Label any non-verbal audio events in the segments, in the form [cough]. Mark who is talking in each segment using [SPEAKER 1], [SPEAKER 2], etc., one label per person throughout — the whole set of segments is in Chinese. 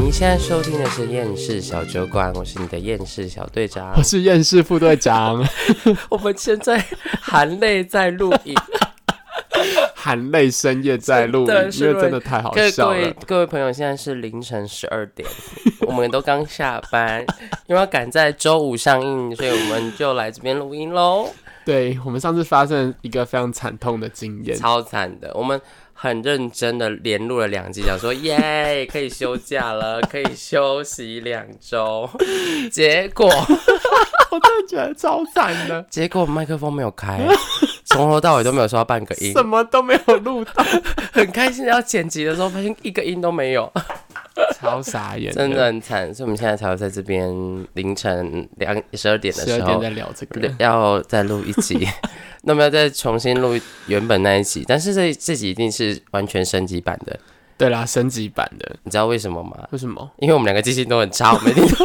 [SPEAKER 1] 您现在收听的是《厌世小酒馆》，我是你的厌世小队长
[SPEAKER 2] 我。是厌世副队长，
[SPEAKER 1] [laughs] 我们现在含泪在录影，
[SPEAKER 2] 含泪深夜 [laughs] 在录影，
[SPEAKER 1] 真的是
[SPEAKER 2] 因为真的太好
[SPEAKER 1] 各位各
[SPEAKER 2] 笑了
[SPEAKER 1] 位。各位朋友，现在是凌晨十二点， [laughs] 我们都刚下班，因为要赶在周五上映，所以我们就来这边录音
[SPEAKER 2] [laughs]
[SPEAKER 1] 喽。
[SPEAKER 2] 对我们上次发生一个非常惨痛的经验，
[SPEAKER 1] 超惨的，我们很认真的连录了两集，想说 [laughs] 耶可以休假了，可以休息两周， [laughs] 结果，
[SPEAKER 2] 我真的觉得超惨的
[SPEAKER 1] 结果麦克风没有
[SPEAKER 2] [laughs]
[SPEAKER 1] 开，从头到尾都没有收到半个音
[SPEAKER 2] 什，么都没有录
[SPEAKER 1] [laughs]
[SPEAKER 2] 到，
[SPEAKER 1] 很开心的要剪辑的时候发现一个音都没
[SPEAKER 2] [laughs]
[SPEAKER 1] 有，
[SPEAKER 2] 超傻眼，
[SPEAKER 1] 真的很惨，所以我们现在才会在这边凌晨两十二点的
[SPEAKER 2] 十
[SPEAKER 1] 时
[SPEAKER 2] 二点
[SPEAKER 1] 候
[SPEAKER 2] 在聊这
[SPEAKER 1] 对
[SPEAKER 2] 个，
[SPEAKER 1] 要再录一
[SPEAKER 2] [laughs]
[SPEAKER 1] 集，那么要再重新录原本那一集，但是这这集一定是完全升级版的，
[SPEAKER 2] 对啦，升级版的，
[SPEAKER 1] 你知道为什么吗？
[SPEAKER 2] 为什么
[SPEAKER 1] 因为我们两个记性都很差，我们一定
[SPEAKER 2] [laughs]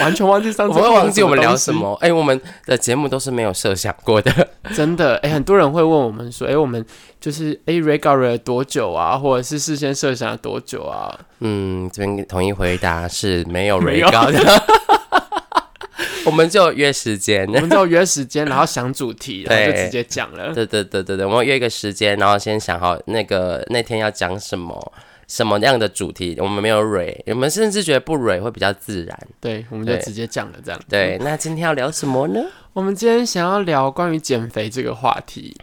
[SPEAKER 2] 完全忘记上
[SPEAKER 1] 我
[SPEAKER 2] 次？
[SPEAKER 1] 们会忘记我们聊什，么。哎、我们的节目都是没有设想过的。
[SPEAKER 2] 真的，哎、很多人会问我们说，哎、我们就是哎、r e g a r 了多久啊，或者是事先设想了多久啊？
[SPEAKER 1] 嗯，这边统一回答是没有
[SPEAKER 2] 没
[SPEAKER 1] re
[SPEAKER 2] 有
[SPEAKER 1] 高的，我们就约时间。
[SPEAKER 2] 我们只有约时间，然后想主题，然后就
[SPEAKER 1] 对
[SPEAKER 2] 直接讲了。
[SPEAKER 1] 对对对对对，我们约一个时间，然后先想好那个那天要讲什么。什么样的主题我们没有蕊，我们甚至觉得不蕊会比较自然。
[SPEAKER 2] 对，我们就
[SPEAKER 1] 对
[SPEAKER 2] 直接讲了这样。
[SPEAKER 1] 对，那今天要聊什么呢？
[SPEAKER 2] 我们今天想要聊关于减肥这个话题，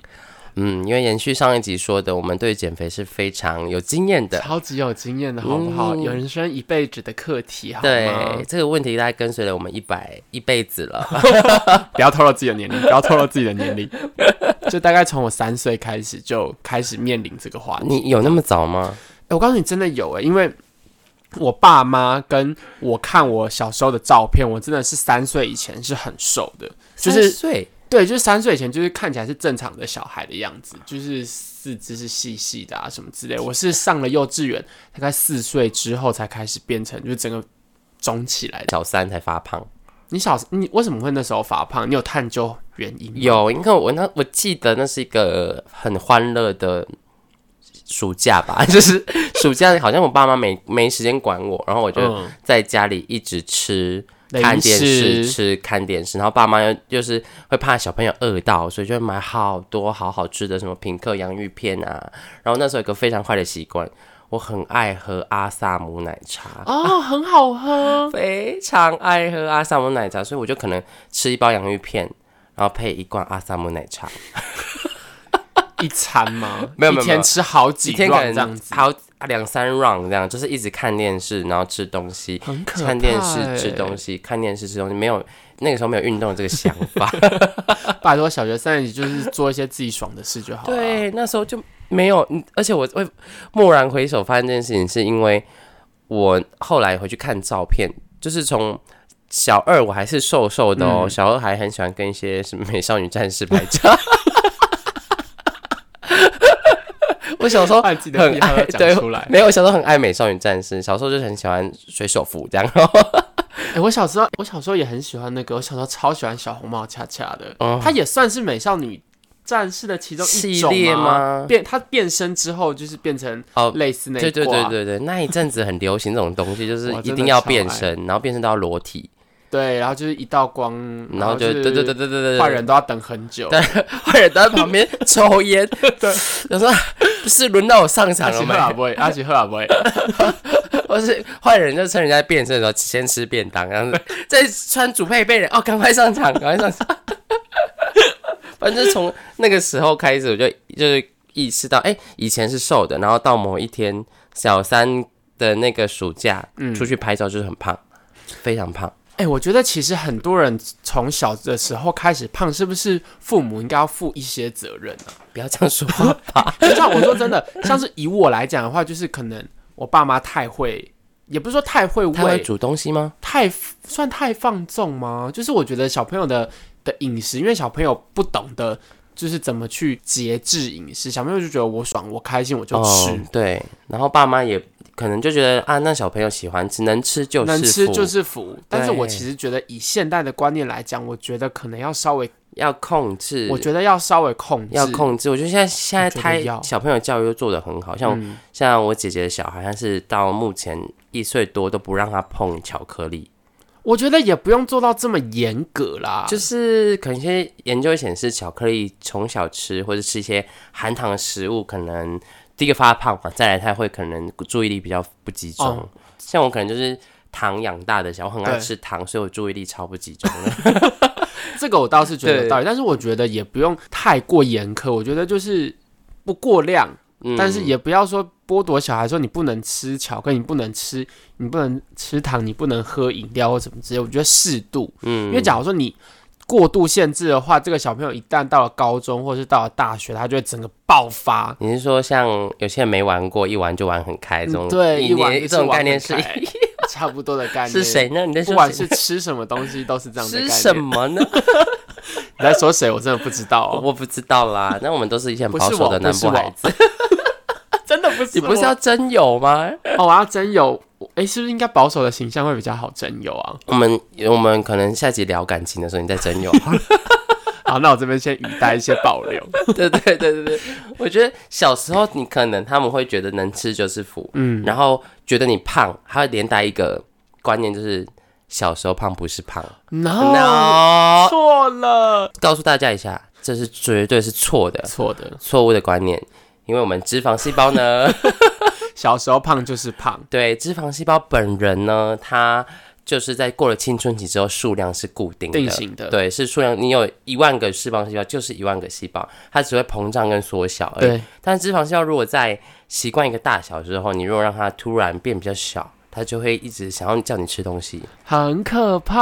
[SPEAKER 1] 嗯，因为延续上一集说的，我们对减肥是非常有经验的。
[SPEAKER 2] 超级有经验的好不好？
[SPEAKER 1] 嗯
[SPEAKER 2] 有人生一辈子的课题，好吗
[SPEAKER 1] 对，？这个问题大概跟随了我们一百一辈子了。
[SPEAKER 2] 不要透露自己的年龄，不要透露自己的
[SPEAKER 1] [laughs]
[SPEAKER 2] 年龄。就大概从我三岁开始就开始面临这个话题。
[SPEAKER 1] 你有那么早吗？
[SPEAKER 2] 欸我告诉你，真的有哎、因为我爸妈跟我看我小时候的照片，我真的是三岁以前是很瘦的，就是
[SPEAKER 1] 三岁，
[SPEAKER 2] 对，就是三岁以前就是看起来是正常的小孩的样子，就是四肢是细细的啊什么之类。我是上了幼稚园，大概四岁之后才开始变成，就是整个肿起来的。
[SPEAKER 1] 小三才发胖。
[SPEAKER 2] 你小你为什么会那时候发胖？你有探究原因吗？
[SPEAKER 1] 有，因为我那我记得那是一个很欢乐的暑假吧， [laughs] 就是暑假好像我爸妈没没时间管我，然后我就
[SPEAKER 2] 嗯，
[SPEAKER 1] 在家里一直吃。看
[SPEAKER 2] 零
[SPEAKER 1] 电视
[SPEAKER 2] 食
[SPEAKER 1] 吃看电视，然后爸妈又就是会怕小朋友饿到，所以就会买好多好好吃的，什么品客洋芋片啊。然后那时候有一个非常坏的习惯，我很爱喝阿萨姆奶茶。
[SPEAKER 2] 哦，很
[SPEAKER 1] [laughs]
[SPEAKER 2] 好喝。
[SPEAKER 1] 非常爱喝阿萨姆奶茶，所以我就可能吃一包洋芋片，然后配一罐阿萨姆奶茶，
[SPEAKER 2] 一餐吗？ [laughs]
[SPEAKER 1] 没有没有
[SPEAKER 2] 一天吃好几
[SPEAKER 1] 几天可
[SPEAKER 2] round 这样
[SPEAKER 1] 能
[SPEAKER 2] 子，
[SPEAKER 1] 好啊两三 round 这样，就是一直看电视，然后吃东西，
[SPEAKER 2] 很可怕、欸。
[SPEAKER 1] 看电视吃东西，看电视吃东西，没有那个时候没有运动的这个想法。
[SPEAKER 2] 欸拜托，小学三年级就是做一些自己爽的事就好
[SPEAKER 1] [laughs]
[SPEAKER 2] 了。，啊
[SPEAKER 1] 对，那时候就没有，嗯而且我会蓦然回首发现这件事情，是因为我后来回去看照片，就是从。小二我还是瘦瘦的哦，
[SPEAKER 2] 嗯
[SPEAKER 1] 小二还很喜欢跟一些什么美少女战士拍照。 [laughs] 我小时候
[SPEAKER 2] 把自己的
[SPEAKER 1] 很
[SPEAKER 2] 癖好
[SPEAKER 1] 爱
[SPEAKER 2] 都
[SPEAKER 1] 对
[SPEAKER 2] 讲出来。
[SPEAKER 1] 没有，我小时候很爱美少女战士，小时候就是很喜欢水手服这样。
[SPEAKER 2] 哎、我小时候，我小时候也很喜欢那个，我小时候超喜欢小红帽恰恰的，
[SPEAKER 1] 哦
[SPEAKER 2] 她也算是美少女战士的其中一种
[SPEAKER 1] 系列吗
[SPEAKER 2] 变她变身之后就是变成
[SPEAKER 1] 哦
[SPEAKER 2] 类似那一
[SPEAKER 1] 对对
[SPEAKER 2] 挂
[SPEAKER 1] 对对对，那一阵子很流行这种东西，就是
[SPEAKER 2] 哇
[SPEAKER 1] 一
[SPEAKER 2] 真
[SPEAKER 1] 定
[SPEAKER 2] 的
[SPEAKER 1] 要
[SPEAKER 2] 超
[SPEAKER 1] 变
[SPEAKER 2] 爱
[SPEAKER 1] 身，然后变身到裸体，
[SPEAKER 2] 对然后就是一道光，
[SPEAKER 1] 然后就对
[SPEAKER 2] 是
[SPEAKER 1] 对对对对对对，
[SPEAKER 2] 坏人都要等很久，
[SPEAKER 1] 对坏人都在旁边抽
[SPEAKER 2] [laughs]
[SPEAKER 1] 烟，有时候不是轮到我上
[SPEAKER 2] 阿
[SPEAKER 1] 场了
[SPEAKER 2] 奇赫尔
[SPEAKER 1] 没？
[SPEAKER 2] 不会，阿奇赫尔不会，
[SPEAKER 1] 或是坏人就趁人家变身的时候先吃便当，然
[SPEAKER 2] [laughs]
[SPEAKER 1] 后再穿主配备的哦，赶快上场，赶快上场。 [laughs] 反正就从那个时候开始，我就就是意识到，哎、以前是瘦的，然后到某一天小三的那个暑假、
[SPEAKER 2] 嗯
[SPEAKER 1] 出去拍照，就是很胖，非常胖。
[SPEAKER 2] 哎、我觉得其实很多人从小的时候开始胖，是不是父母应该要负一些责任呢、
[SPEAKER 1] 不要这样说 [laughs] 话
[SPEAKER 2] [laughs]
[SPEAKER 1] 吧。
[SPEAKER 2] 你知道，我说真的，像是以我来讲的话，就是可能我爸妈太会，也不是说太会
[SPEAKER 1] 他会
[SPEAKER 2] 喂，
[SPEAKER 1] 煮东西吗？
[SPEAKER 2] 太算太放纵吗？就是我觉得小朋友的的饮食，因为小朋友不懂得就是怎么去节制饮食。小朋友就觉得我爽，我开心我就吃，
[SPEAKER 1] 哦，对，然后爸妈也可能就觉得啊，那小朋友喜欢吃，能吃哦就是
[SPEAKER 2] 能吃
[SPEAKER 1] 福
[SPEAKER 2] 就是福。但是我
[SPEAKER 1] 对
[SPEAKER 2] 其实觉得以现代的观念来讲，我觉得可能要稍微，
[SPEAKER 1] 要控制，
[SPEAKER 2] 我觉得要稍微控制，
[SPEAKER 1] 要控制。我觉得现在现在
[SPEAKER 2] 我觉得
[SPEAKER 1] 胎
[SPEAKER 2] 要
[SPEAKER 1] 小朋友教育都做得很好，像、
[SPEAKER 2] 嗯
[SPEAKER 1] 像我姐姐的小孩，她是到目前一岁多都不让他碰巧克力，啊
[SPEAKER 2] 我觉得也不用做到这么严格啦，
[SPEAKER 1] 就是是可能一些研究会显示，巧克力从小吃或者吃一些含糖的食物，可能第一个发胖嘛，再来他会可能注意力比较不集中。
[SPEAKER 2] 哦
[SPEAKER 1] 像我可能就是糖养大的小，我很爱
[SPEAKER 2] 对
[SPEAKER 1] 吃糖，所以我注意力超不集中 [laughs] 的。
[SPEAKER 2] 这个我倒是觉得有
[SPEAKER 1] 对
[SPEAKER 2] 道理，但是我觉得也不用太过严苛，我觉得就是不过量，
[SPEAKER 1] 嗯
[SPEAKER 2] 但是也不要说剥夺小孩说你不能吃巧克力，你不能吃，你不能吃糖，你不能喝饮料或什么之类。我觉得适度，
[SPEAKER 1] 嗯
[SPEAKER 2] 因为假如说你过度限制的话，这个小朋友一旦到了高中或是到了大学，他就会整个爆发。
[SPEAKER 1] 你是说像有些人没玩过，一玩就玩很哎开这种？
[SPEAKER 2] 嗯对，
[SPEAKER 1] 你
[SPEAKER 2] 一玩
[SPEAKER 1] 你
[SPEAKER 2] 就是
[SPEAKER 1] 这种
[SPEAKER 2] 玩
[SPEAKER 1] 概念
[SPEAKER 2] 很
[SPEAKER 1] 是
[SPEAKER 2] 开 [laughs] 差不多的概念。
[SPEAKER 1] 是？谁呢？你在
[SPEAKER 2] 不
[SPEAKER 1] 说
[SPEAKER 2] 管
[SPEAKER 1] 谁
[SPEAKER 2] 是吃什么东西，都是这样的概
[SPEAKER 1] [laughs] 吃
[SPEAKER 2] 念。
[SPEAKER 1] 什
[SPEAKER 2] [laughs]
[SPEAKER 1] 么呢？
[SPEAKER 2] 你在说谁？我真的不知道、哦。
[SPEAKER 1] 我不知道啦。那我们都是一些很
[SPEAKER 2] 不
[SPEAKER 1] 保
[SPEAKER 2] 是
[SPEAKER 1] 守
[SPEAKER 2] 我，
[SPEAKER 1] 的南
[SPEAKER 2] 不是
[SPEAKER 1] 部孩
[SPEAKER 2] 我
[SPEAKER 1] 子。，
[SPEAKER 2] [laughs] 真的不是
[SPEAKER 1] 你不是
[SPEAKER 2] 我
[SPEAKER 1] 要真有吗？
[SPEAKER 2] 哦？我要真有，哎、是不是应该保守的形象会比较好真有啊？
[SPEAKER 1] 我们我们可能下集聊感情的时候，你再真
[SPEAKER 2] [laughs]
[SPEAKER 1] 有。
[SPEAKER 2] 好，那我这边先语带一些保留。
[SPEAKER 1] 对对对对对，我觉得小时候你可能他们会觉得能吃就是福，嗯，然后觉得你胖，还有连带一个观念就是小时候胖不是
[SPEAKER 2] 哦
[SPEAKER 1] 胖
[SPEAKER 2] No，,
[SPEAKER 1] ，no，
[SPEAKER 2] 错了，
[SPEAKER 1] 告诉大家一下，这是绝对是错的，
[SPEAKER 2] 错的。
[SPEAKER 1] 错误的观念，因为我们脂肪细胞呢，
[SPEAKER 2] 小时候胖就是胖，
[SPEAKER 1] 对脂肪细胞本人呢，它就是在过了青春期之后，数量是固定的，
[SPEAKER 2] 定型的。
[SPEAKER 1] 对，是数量，你有一万个脂肪细胞，就是一万个细胞，它只会膨胀跟缩小而已。
[SPEAKER 2] 对，
[SPEAKER 1] 但脂肪细胞如果在习惯一个大小之后，你如果让它突然变比较小，它就会一直想要叫你吃东西，
[SPEAKER 2] 很可怕。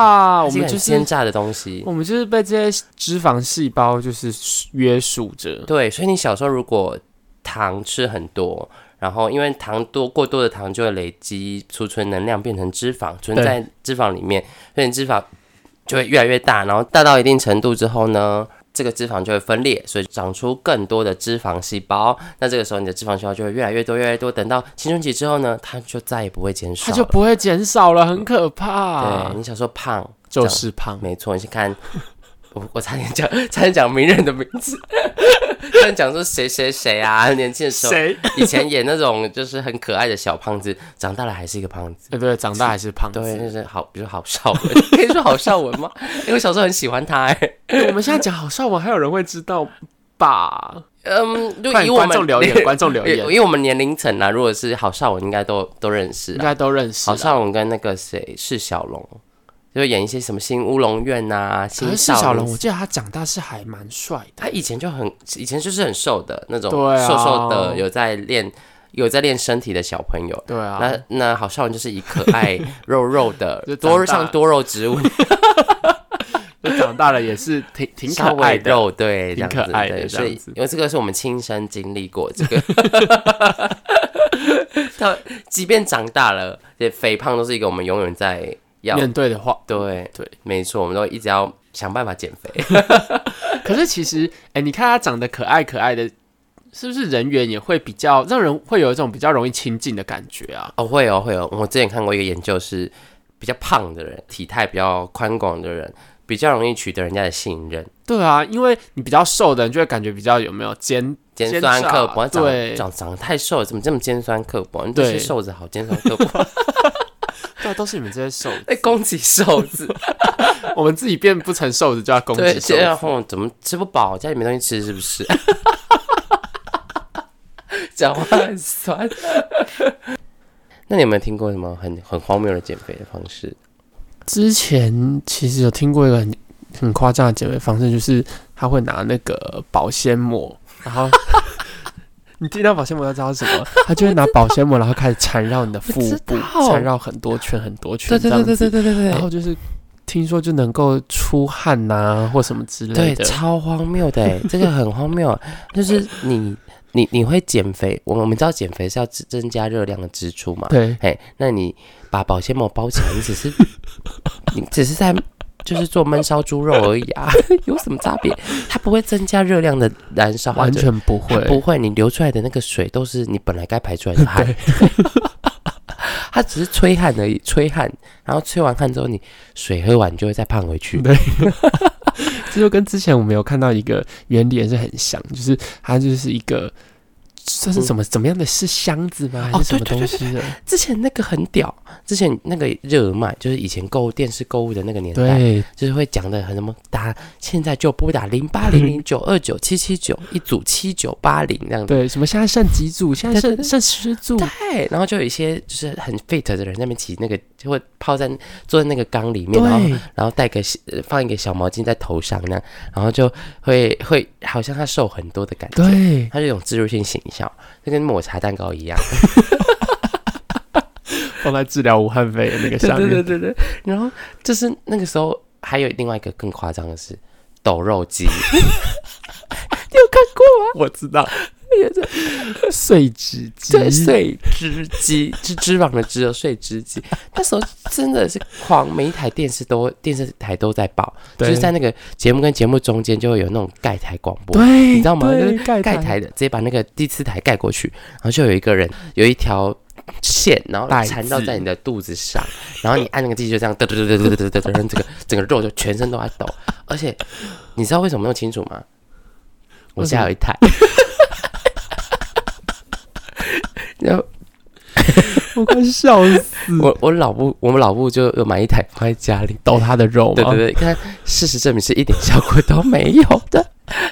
[SPEAKER 1] 它
[SPEAKER 2] 哦我
[SPEAKER 1] 是一个
[SPEAKER 2] 们
[SPEAKER 1] 很
[SPEAKER 2] 就是
[SPEAKER 1] 奸诈的东西。
[SPEAKER 2] 我们就是被这些脂肪细胞就是约束着。
[SPEAKER 1] 对，所以你小时候如果糖吃很多，然后因为糖多过多的糖就会累积储存能量变成脂肪，存
[SPEAKER 2] 对
[SPEAKER 1] 在脂肪里面，所以你脂肪就会越来越大，然后大到一定程度之后呢，这个脂肪就会分裂，所以长出更多的脂肪细胞。那这个时候你的脂肪细胞就会越来越多，越来越多。等到青春期之后呢，它就再也不会减少
[SPEAKER 2] 它
[SPEAKER 1] 了。
[SPEAKER 2] 就不会减少了，很可怕
[SPEAKER 1] 对。你小时候胖，
[SPEAKER 2] 就是胖，
[SPEAKER 1] 没错，你去看，我我差点讲，差点讲名人的名字， [laughs] 差点讲说谁谁谁啊，年轻的时候，
[SPEAKER 2] 谁？
[SPEAKER 1] 以前演那种就是很可爱的小胖子，长大了还是一个胖子。
[SPEAKER 2] 对呃对，长大还是胖子。
[SPEAKER 1] 对，就是好，比如好少文，可以说好少文 [laughs] 吗？因为我小时候很喜欢他、欸。
[SPEAKER 2] 我们现在讲好笑，我还有人会知道吧？
[SPEAKER 1] 嗯，就
[SPEAKER 2] 快
[SPEAKER 1] 以
[SPEAKER 2] 点
[SPEAKER 1] 我
[SPEAKER 2] 观
[SPEAKER 1] 们
[SPEAKER 2] 众留
[SPEAKER 1] [laughs]
[SPEAKER 2] 言，观众留
[SPEAKER 1] 因
[SPEAKER 2] 言，
[SPEAKER 1] 为我们年龄层啊，如果是好少文，应该都都认识
[SPEAKER 2] 应
[SPEAKER 1] 啊。
[SPEAKER 2] 该都认识
[SPEAKER 1] 好
[SPEAKER 2] 啦。
[SPEAKER 1] 少文跟那个谁释小龙，就演一些什么新乌龙院呐、
[SPEAKER 2] 可
[SPEAKER 1] 新
[SPEAKER 2] 是释小
[SPEAKER 1] 少林
[SPEAKER 2] 龙，我记得他长大是还蛮帅的。
[SPEAKER 1] 他以前就很，以前就是很瘦的那种，
[SPEAKER 2] 对啊
[SPEAKER 1] 瘦瘦的，有在练有在练身体的小朋友。
[SPEAKER 2] 对啊，
[SPEAKER 1] 那那郝邵文就是以可
[SPEAKER 2] [laughs]
[SPEAKER 1] 爱肉肉的
[SPEAKER 2] 就，长
[SPEAKER 1] 多
[SPEAKER 2] 大
[SPEAKER 1] 像多肉
[SPEAKER 2] [laughs]
[SPEAKER 1] 植物，
[SPEAKER 2] 就长大了也是
[SPEAKER 1] [laughs]
[SPEAKER 2] 挺挺可
[SPEAKER 1] 稍微
[SPEAKER 2] 爱的。
[SPEAKER 1] 肉对，这样
[SPEAKER 2] 挺可
[SPEAKER 1] 子
[SPEAKER 2] 爱的
[SPEAKER 1] 对，
[SPEAKER 2] 这
[SPEAKER 1] 所
[SPEAKER 2] 样
[SPEAKER 1] 以
[SPEAKER 2] 子
[SPEAKER 1] 因为这个是我们亲身经历过这个。 [laughs] 他即便长大了，也肥胖都是一个我们永远在要
[SPEAKER 2] 面对的
[SPEAKER 1] [laughs]
[SPEAKER 2] 话，
[SPEAKER 1] 对
[SPEAKER 2] 对，
[SPEAKER 1] 没错，我们都一直要想办法减肥。
[SPEAKER 2] 可是其实，哎、你看他长得可爱可爱的，是不是人缘也会比较让人会有一种比较容易亲近的感觉啊？
[SPEAKER 1] 哦，会哦，会哦。我之前看过一个研究是，比较胖的人，体态比较宽广的人，比较容易取得人家的信任。
[SPEAKER 2] 对啊，因为你比较瘦的人就会感觉比较有没有尖，
[SPEAKER 1] 尖酸刻薄，
[SPEAKER 2] 奸诈
[SPEAKER 1] 长
[SPEAKER 2] 对
[SPEAKER 1] 长长得太瘦了，怎么这么尖酸刻薄？你这
[SPEAKER 2] 对
[SPEAKER 1] 些瘦子好尖酸 [laughs] 刻薄，
[SPEAKER 2] 对、啊，都是你们这些瘦的，
[SPEAKER 1] 在攻击瘦 [laughs] 子。
[SPEAKER 2] 我们自己变不成瘦子就要攻
[SPEAKER 1] 对，
[SPEAKER 2] 击瘦
[SPEAKER 1] 这样
[SPEAKER 2] 子。
[SPEAKER 1] 后怎么吃不饱？家里没东西吃是不是？ [laughs] 讲话很酸。 [laughs] 那你有没有听过什么很很荒谬的减肥的方式？
[SPEAKER 2] 之前其实有听过一个很很夸张的减肥方式，就是他会拿那个保鲜膜，
[SPEAKER 1] 啊
[SPEAKER 2] 然后你听到保鲜膜就知道
[SPEAKER 1] [laughs]
[SPEAKER 2] 是什么，他就会拿保鲜膜，然后开始缠绕你的腹
[SPEAKER 1] 知
[SPEAKER 2] 部，
[SPEAKER 1] 道
[SPEAKER 2] 缠绕很多圈很多圈，这样子，
[SPEAKER 1] 对对
[SPEAKER 2] 然后就是听说就能够出汗呐、或什么之类
[SPEAKER 1] 对，
[SPEAKER 2] 的，
[SPEAKER 1] 超荒谬的欸，这个很荒谬。就是你你你会减肥，我们我们知道减肥是要增增加热量的支出嘛？
[SPEAKER 2] 对，
[SPEAKER 1] 哎，那你把保鲜膜包起来，你只是你只是在就是做焖烧猪肉而已啊， [laughs] 有什么差别？它不会增加热量的燃烧，啊
[SPEAKER 2] 完全不
[SPEAKER 1] 它就。
[SPEAKER 2] 会
[SPEAKER 1] 它不会。你流出来的那个水都是你本来该排出来的汗， [laughs] 它只是吹汗而已，吹汗。然后吹完汗之后，你水喝完，你就会再胖回
[SPEAKER 2] 嗯
[SPEAKER 1] 去。
[SPEAKER 2] 这就跟之前我们有看到一个原理也是很像，就是它就是一个这是怎么怎么样的是箱子吗？还
[SPEAKER 1] 哦
[SPEAKER 2] 是什
[SPEAKER 1] 对
[SPEAKER 2] 么
[SPEAKER 1] 对
[SPEAKER 2] 东
[SPEAKER 1] 对
[SPEAKER 2] 西的？
[SPEAKER 1] 之前那个很屌，之前那个热卖，就是以前购物电视购物的那个年代，
[SPEAKER 2] 对
[SPEAKER 1] 就是会讲的很什么打，现在就拨打零八零零九
[SPEAKER 2] 嗯
[SPEAKER 1] 二九七七九一组七九八零这样子。
[SPEAKER 2] 对，什么现在剩几组？现在
[SPEAKER 1] 对对对
[SPEAKER 2] 剩剩十组。
[SPEAKER 1] 对，然后就有一些就是很 fit 的人在那边骑那个，就会泡在坐在那个缸里面，然后
[SPEAKER 2] 对
[SPEAKER 1] 然后带个呃放一个小毛巾在头上那样，然后就会会好像他瘦很多的感觉，
[SPEAKER 2] 对，
[SPEAKER 1] 他有一种植入性形象，就跟抹茶蛋糕一样。
[SPEAKER 2] 放在治疗武汉肺炎那个上面。
[SPEAKER 1] 对对对对。然后就是那个时候还有另外一个更夸张的是抖肉机，你有看过吗？
[SPEAKER 2] [laughs] 我知道，碎纸机，
[SPEAKER 1] 对，碎脂机是脂肪的脂哦，碎脂机。那时候真的是狂，每一台电视都电视台都在报，就
[SPEAKER 2] 对
[SPEAKER 1] 是在那个节目跟节目中间就会有那种盖台广播。
[SPEAKER 2] 对，
[SPEAKER 1] 你知道吗
[SPEAKER 2] 对
[SPEAKER 1] 就
[SPEAKER 2] 盖
[SPEAKER 1] 盖
[SPEAKER 2] 台
[SPEAKER 1] 台的，直接把那个第四台盖过去，然后就有一个人有一条线，然后
[SPEAKER 2] 带
[SPEAKER 1] 缠绕
[SPEAKER 2] 子
[SPEAKER 1] 在你的肚子上，然后你按那个机就这样嘚嘚嘚嘚嘚嘚嘚，然后整个整个肉就全身都在抖，而且你知道为什么弄清楚吗？我
[SPEAKER 2] 为什
[SPEAKER 1] 家
[SPEAKER 2] 么
[SPEAKER 1] 有一台，然后
[SPEAKER 2] 我快
[SPEAKER 1] [laughs]
[SPEAKER 2] 笑死。
[SPEAKER 1] 我我老布我们老布就有买一台放在家里
[SPEAKER 2] 抖他的肉吗？
[SPEAKER 1] 对对对，看事实证明是一点效果都没有的，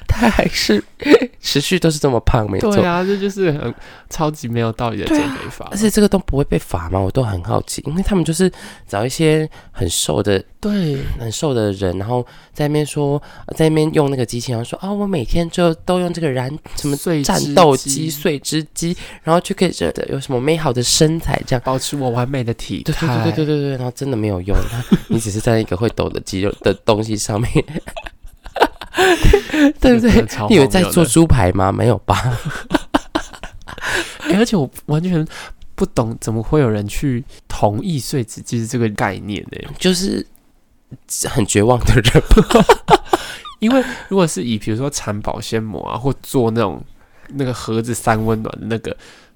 [SPEAKER 1] 他还是 [laughs] 持续都是这么胖，没错
[SPEAKER 2] 对。啊，这就是很超级没有道理的减
[SPEAKER 1] 对啊
[SPEAKER 2] 肥法
[SPEAKER 1] 而。且这个都不会被罚吗？我都很好奇，因为他们就是找一些很瘦的、
[SPEAKER 2] 对，
[SPEAKER 1] 很瘦的人，然后在那边说，在那边用那个机器，然后说啊、我每天就都用这个燃什么
[SPEAKER 2] 碎
[SPEAKER 1] 战
[SPEAKER 2] 纸
[SPEAKER 1] 斗机、碎枝机，然后就可以这有什么美好的身材这样。
[SPEAKER 2] 保持我完美的体
[SPEAKER 1] 对对
[SPEAKER 2] 态。
[SPEAKER 1] 对对对对对，然后真的没有用，它你只是在一个会抖的肌肉的东西上 [laughs] 面，对不
[SPEAKER 2] 这个真
[SPEAKER 1] 对
[SPEAKER 2] 的超？
[SPEAKER 1] 你以为
[SPEAKER 2] 荒
[SPEAKER 1] 在
[SPEAKER 2] 谬
[SPEAKER 1] 做
[SPEAKER 2] [laughs] 的
[SPEAKER 1] 猪排吗？没有吧？
[SPEAKER 2] 欸而且我完全不懂怎么会有人去同意碎纸机这个概念呢、
[SPEAKER 1] 就是很绝望的人吧。
[SPEAKER 2] 因为如果是以比如说产保鲜膜啊，或做那种那个盒子三温暖的那个，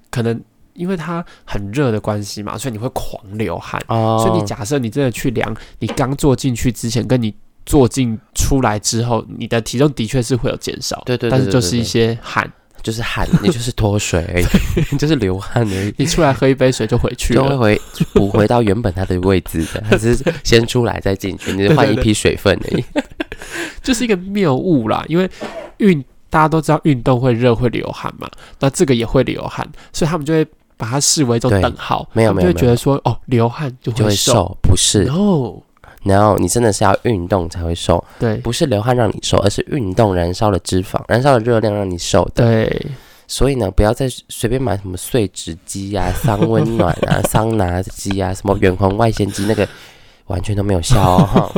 [SPEAKER 2] 可能因为它很热的关系嘛，所以你会狂流汗。
[SPEAKER 1] 哦
[SPEAKER 2] 所以你假设你真的去量，你刚坐进去之前跟你坐进出来之后，你的体重的确是会有减少，
[SPEAKER 1] 对对对
[SPEAKER 2] 但是就
[SPEAKER 1] 对
[SPEAKER 2] 是
[SPEAKER 1] 对
[SPEAKER 2] 一些汗，
[SPEAKER 1] 就是汗，你就是脱水而 [laughs] 已，你就是流汗而已，
[SPEAKER 2] 你出来喝一杯水就回去
[SPEAKER 1] 就会
[SPEAKER 2] 了。
[SPEAKER 1] 回补回到原本它的位置的，它只是先出来再进去，你就换一批水分而已。
[SPEAKER 2] 就是一个谬误啦，因为运大家都知道运动会热会流汗嘛，那这个也会流汗，所以他们就会把它视为一种
[SPEAKER 1] 对
[SPEAKER 2] 等号，
[SPEAKER 1] 没有
[SPEAKER 2] 他们
[SPEAKER 1] 没有
[SPEAKER 2] 就会觉得说哦，流汗就
[SPEAKER 1] 就
[SPEAKER 2] 会
[SPEAKER 1] 会
[SPEAKER 2] 瘦，
[SPEAKER 1] 瘦，不是
[SPEAKER 2] 然后
[SPEAKER 1] 然后你真的是要运动才会瘦，
[SPEAKER 2] 对
[SPEAKER 1] 不是流汗让你瘦，而是运动燃烧了脂肪，燃烧了热量让你瘦的。
[SPEAKER 2] 对，
[SPEAKER 1] 所以呢，不要再随便买什么碎纸机 [laughs] 啊、桑温暖 [laughs] 啊、桑拿机啊、什么远红外线机，那个完全都没有效哦， [laughs] 哈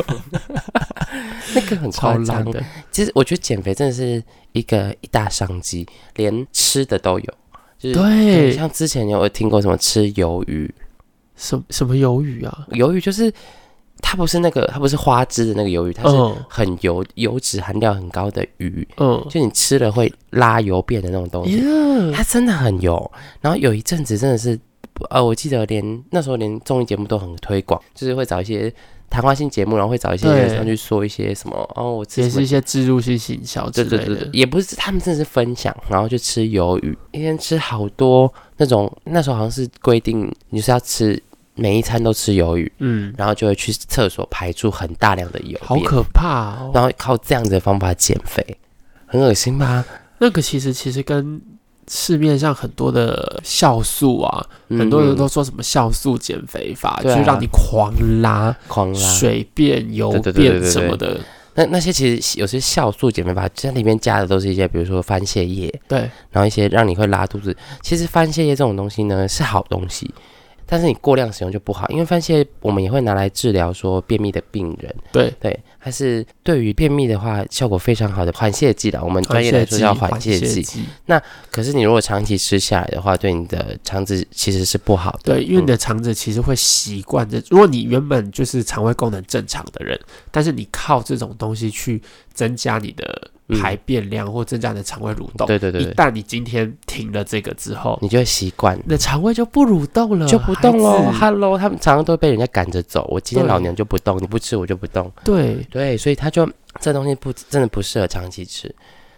[SPEAKER 1] 那个很
[SPEAKER 2] 超
[SPEAKER 1] 夸张
[SPEAKER 2] 烂的，
[SPEAKER 1] 其实我觉得减肥真的是一个一大商机，连吃的都有，就是
[SPEAKER 2] 对，
[SPEAKER 1] 像之前有听过什么吃鱿鱼，
[SPEAKER 2] 什什么鱿鱼啊，
[SPEAKER 1] 鱿鱼就是它不是那个它不是花枝的那个鱿鱼，它是
[SPEAKER 2] 嗯
[SPEAKER 1] 很油油脂含量很高的鱼，
[SPEAKER 2] 嗯，
[SPEAKER 1] 就你吃了会拉油变的那种东西，
[SPEAKER 2] 呀，
[SPEAKER 1] 它真的很油。然后有一阵子真的是，呃，我记得连那时候连综艺节目都很推广，就是会找一些谈话性节目，然后会找一些人
[SPEAKER 2] 对
[SPEAKER 1] 上去说一些什么哦，我吃
[SPEAKER 2] 也
[SPEAKER 1] 什么
[SPEAKER 2] 是一些植入性行销之
[SPEAKER 1] 对对
[SPEAKER 2] 类
[SPEAKER 1] 对对
[SPEAKER 2] 的，，
[SPEAKER 1] 也不是他们真的是分享，然后就吃鱿鱼，一天吃好多那种。那时候好像是规定你是要吃每一餐都吃鱿鱼，
[SPEAKER 2] 嗯，
[SPEAKER 1] 然后就会去厕所排出很大量的油，
[SPEAKER 2] 好，可怕哦。
[SPEAKER 1] 然后靠这样子的方法减肥，很恶心吧？
[SPEAKER 2] 那个其实其实跟市面上很多的酵素啊，很多人都
[SPEAKER 1] 嗯
[SPEAKER 2] 说什么酵素减肥法，就
[SPEAKER 1] 对啊
[SPEAKER 2] 是让你狂拉
[SPEAKER 1] 狂拉。
[SPEAKER 2] 水变油
[SPEAKER 1] 对对对对
[SPEAKER 2] 变
[SPEAKER 1] 对
[SPEAKER 2] 什么的，
[SPEAKER 1] 嗯那那些其实有些酵素减肥法，在里面加的都是一些，比如说番泻叶，
[SPEAKER 2] 对
[SPEAKER 1] 然后一些让你会拉肚子。其实番泻叶这种东西呢是好东西，但是你过量使用就不好，因为番泻我们也会拿来治疗说便秘的病人，
[SPEAKER 2] 对，
[SPEAKER 1] 对，它是对于便秘的话效果非常好的缓泻剂啦，我们专业来说叫缓泻剂。
[SPEAKER 2] 剂。
[SPEAKER 1] 可是你如果长期吃下来的话，对你的肠子其实是不好的。
[SPEAKER 2] 对，因为
[SPEAKER 1] 嗯
[SPEAKER 2] 你的肠子其实会习惯这。如果你原本就是肠胃功能正常的人，但是你靠这种东西去增加你的
[SPEAKER 1] 嗯
[SPEAKER 2] 排便量或增加你的肠胃蠕动，
[SPEAKER 1] 对对对
[SPEAKER 2] 一
[SPEAKER 1] 对，
[SPEAKER 2] 旦你今天停了这个之后，
[SPEAKER 1] 你就会习惯。
[SPEAKER 2] 你的肠胃就不蠕动了，
[SPEAKER 1] 就不动喽
[SPEAKER 2] 了。
[SPEAKER 1] ，Hello，他们常常都被人家赶着走。我今天
[SPEAKER 2] 对
[SPEAKER 1] 老娘就不动，你不吃我就不动。
[SPEAKER 2] 对，
[SPEAKER 1] 对，所以他就这东西不真的不适合长期吃。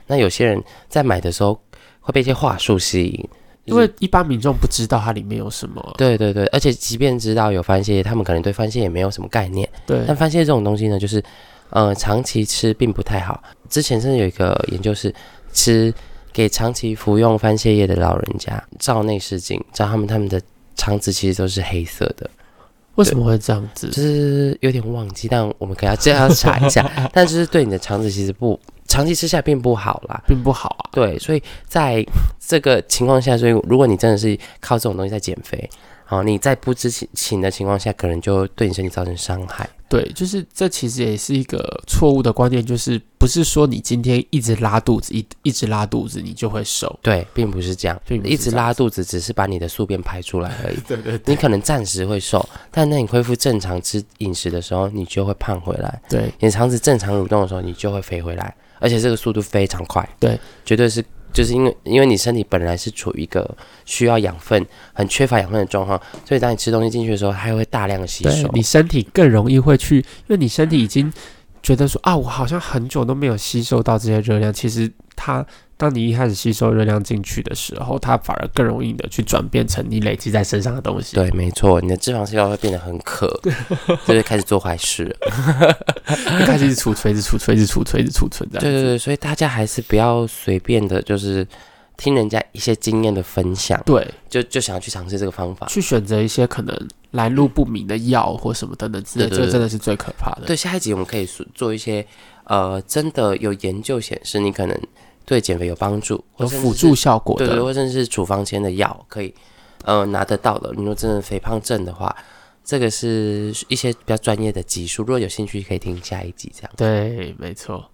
[SPEAKER 1] 那有些人在买的时候会被一些话术吸引，
[SPEAKER 2] 因为一般民众不知道它里面有什么。
[SPEAKER 1] 对对对，而且即便知道有番泻，他们可能对番泻也没有什么概念。
[SPEAKER 2] 对
[SPEAKER 1] 但番泻这种东西呢，就是呃长期吃并不太好。之前甚至有一个研究是吃给长期服用番泻叶的老人家照内视镜，照他们他们的肠子其实都是黑色的，
[SPEAKER 2] 为什么会这样子？
[SPEAKER 1] 就是有点忘记，但我们给他这样查一下。 [laughs] 但就是对你的肠子其实不长期吃下来并不好啦。
[SPEAKER 2] 并不好啊。
[SPEAKER 1] 对，所以在这个情况下，所以如果你真的是靠这种东西在减肥，好，你在不知情的情况下，可能就对你身体造成伤害。
[SPEAKER 2] 对，就是这其实也是一个错误的观念，就是不是说你今天一直拉肚子，一一直拉肚子，你就会瘦。
[SPEAKER 1] 对，并不是这样，
[SPEAKER 2] 并不是
[SPEAKER 1] 一直
[SPEAKER 2] 这样
[SPEAKER 1] 拉肚子只是把你的宿便排出来而已。
[SPEAKER 2] [laughs] 对对
[SPEAKER 1] 你可能暂时会瘦，但当你恢复正常吃饮食的时候，你就会胖回来。
[SPEAKER 2] 对，
[SPEAKER 1] 你的肠子正常蠕动的时候，你就会肥回来，而且这个速度非常快。
[SPEAKER 2] 对，
[SPEAKER 1] 绝对是，就是因为因为你身体本来是处于一个需要养分、很缺乏养分的状况，所以当你吃东西进去的时候，它会大量的吸
[SPEAKER 2] 对
[SPEAKER 1] 收。
[SPEAKER 2] 你身体更容易会去，因为你身体已经觉得说啊，我好像很久都没有吸收到这些热量。其实它，当你一开始吸收热量进去的时候，它反而更容易的去转变成你累积在身上的东西。
[SPEAKER 1] 对，没错，你的脂肪细胞会变得很渴，就是开始做坏事了。
[SPEAKER 2] [laughs] 一开始是储存，一直储存，一直储存，一直储存这样
[SPEAKER 1] 对对
[SPEAKER 2] 子。
[SPEAKER 1] 对，所以大家还是不要随便的，就是听人家一些经验的分享，
[SPEAKER 2] 对，
[SPEAKER 1] 就就想要去尝试这个方法。
[SPEAKER 2] 去选择一些可能来路不明的药或什么等等之类，
[SPEAKER 1] 对对
[SPEAKER 2] 这
[SPEAKER 1] 对
[SPEAKER 2] 个真的是最可怕的。
[SPEAKER 1] 对，下一集我们可以说做一些，呃，真的有研究显示你可能对减肥有帮助，或
[SPEAKER 2] 有
[SPEAKER 1] 甚
[SPEAKER 2] 辅
[SPEAKER 1] 至是
[SPEAKER 2] 助效果
[SPEAKER 1] 对对，
[SPEAKER 2] 的，
[SPEAKER 1] 或甚至是处方签的药可以，呃，拿得到的。你说真的肥胖症的话，这个是一些比较专业的技术，如果有兴趣可以听下一集这样。
[SPEAKER 2] 对，没错。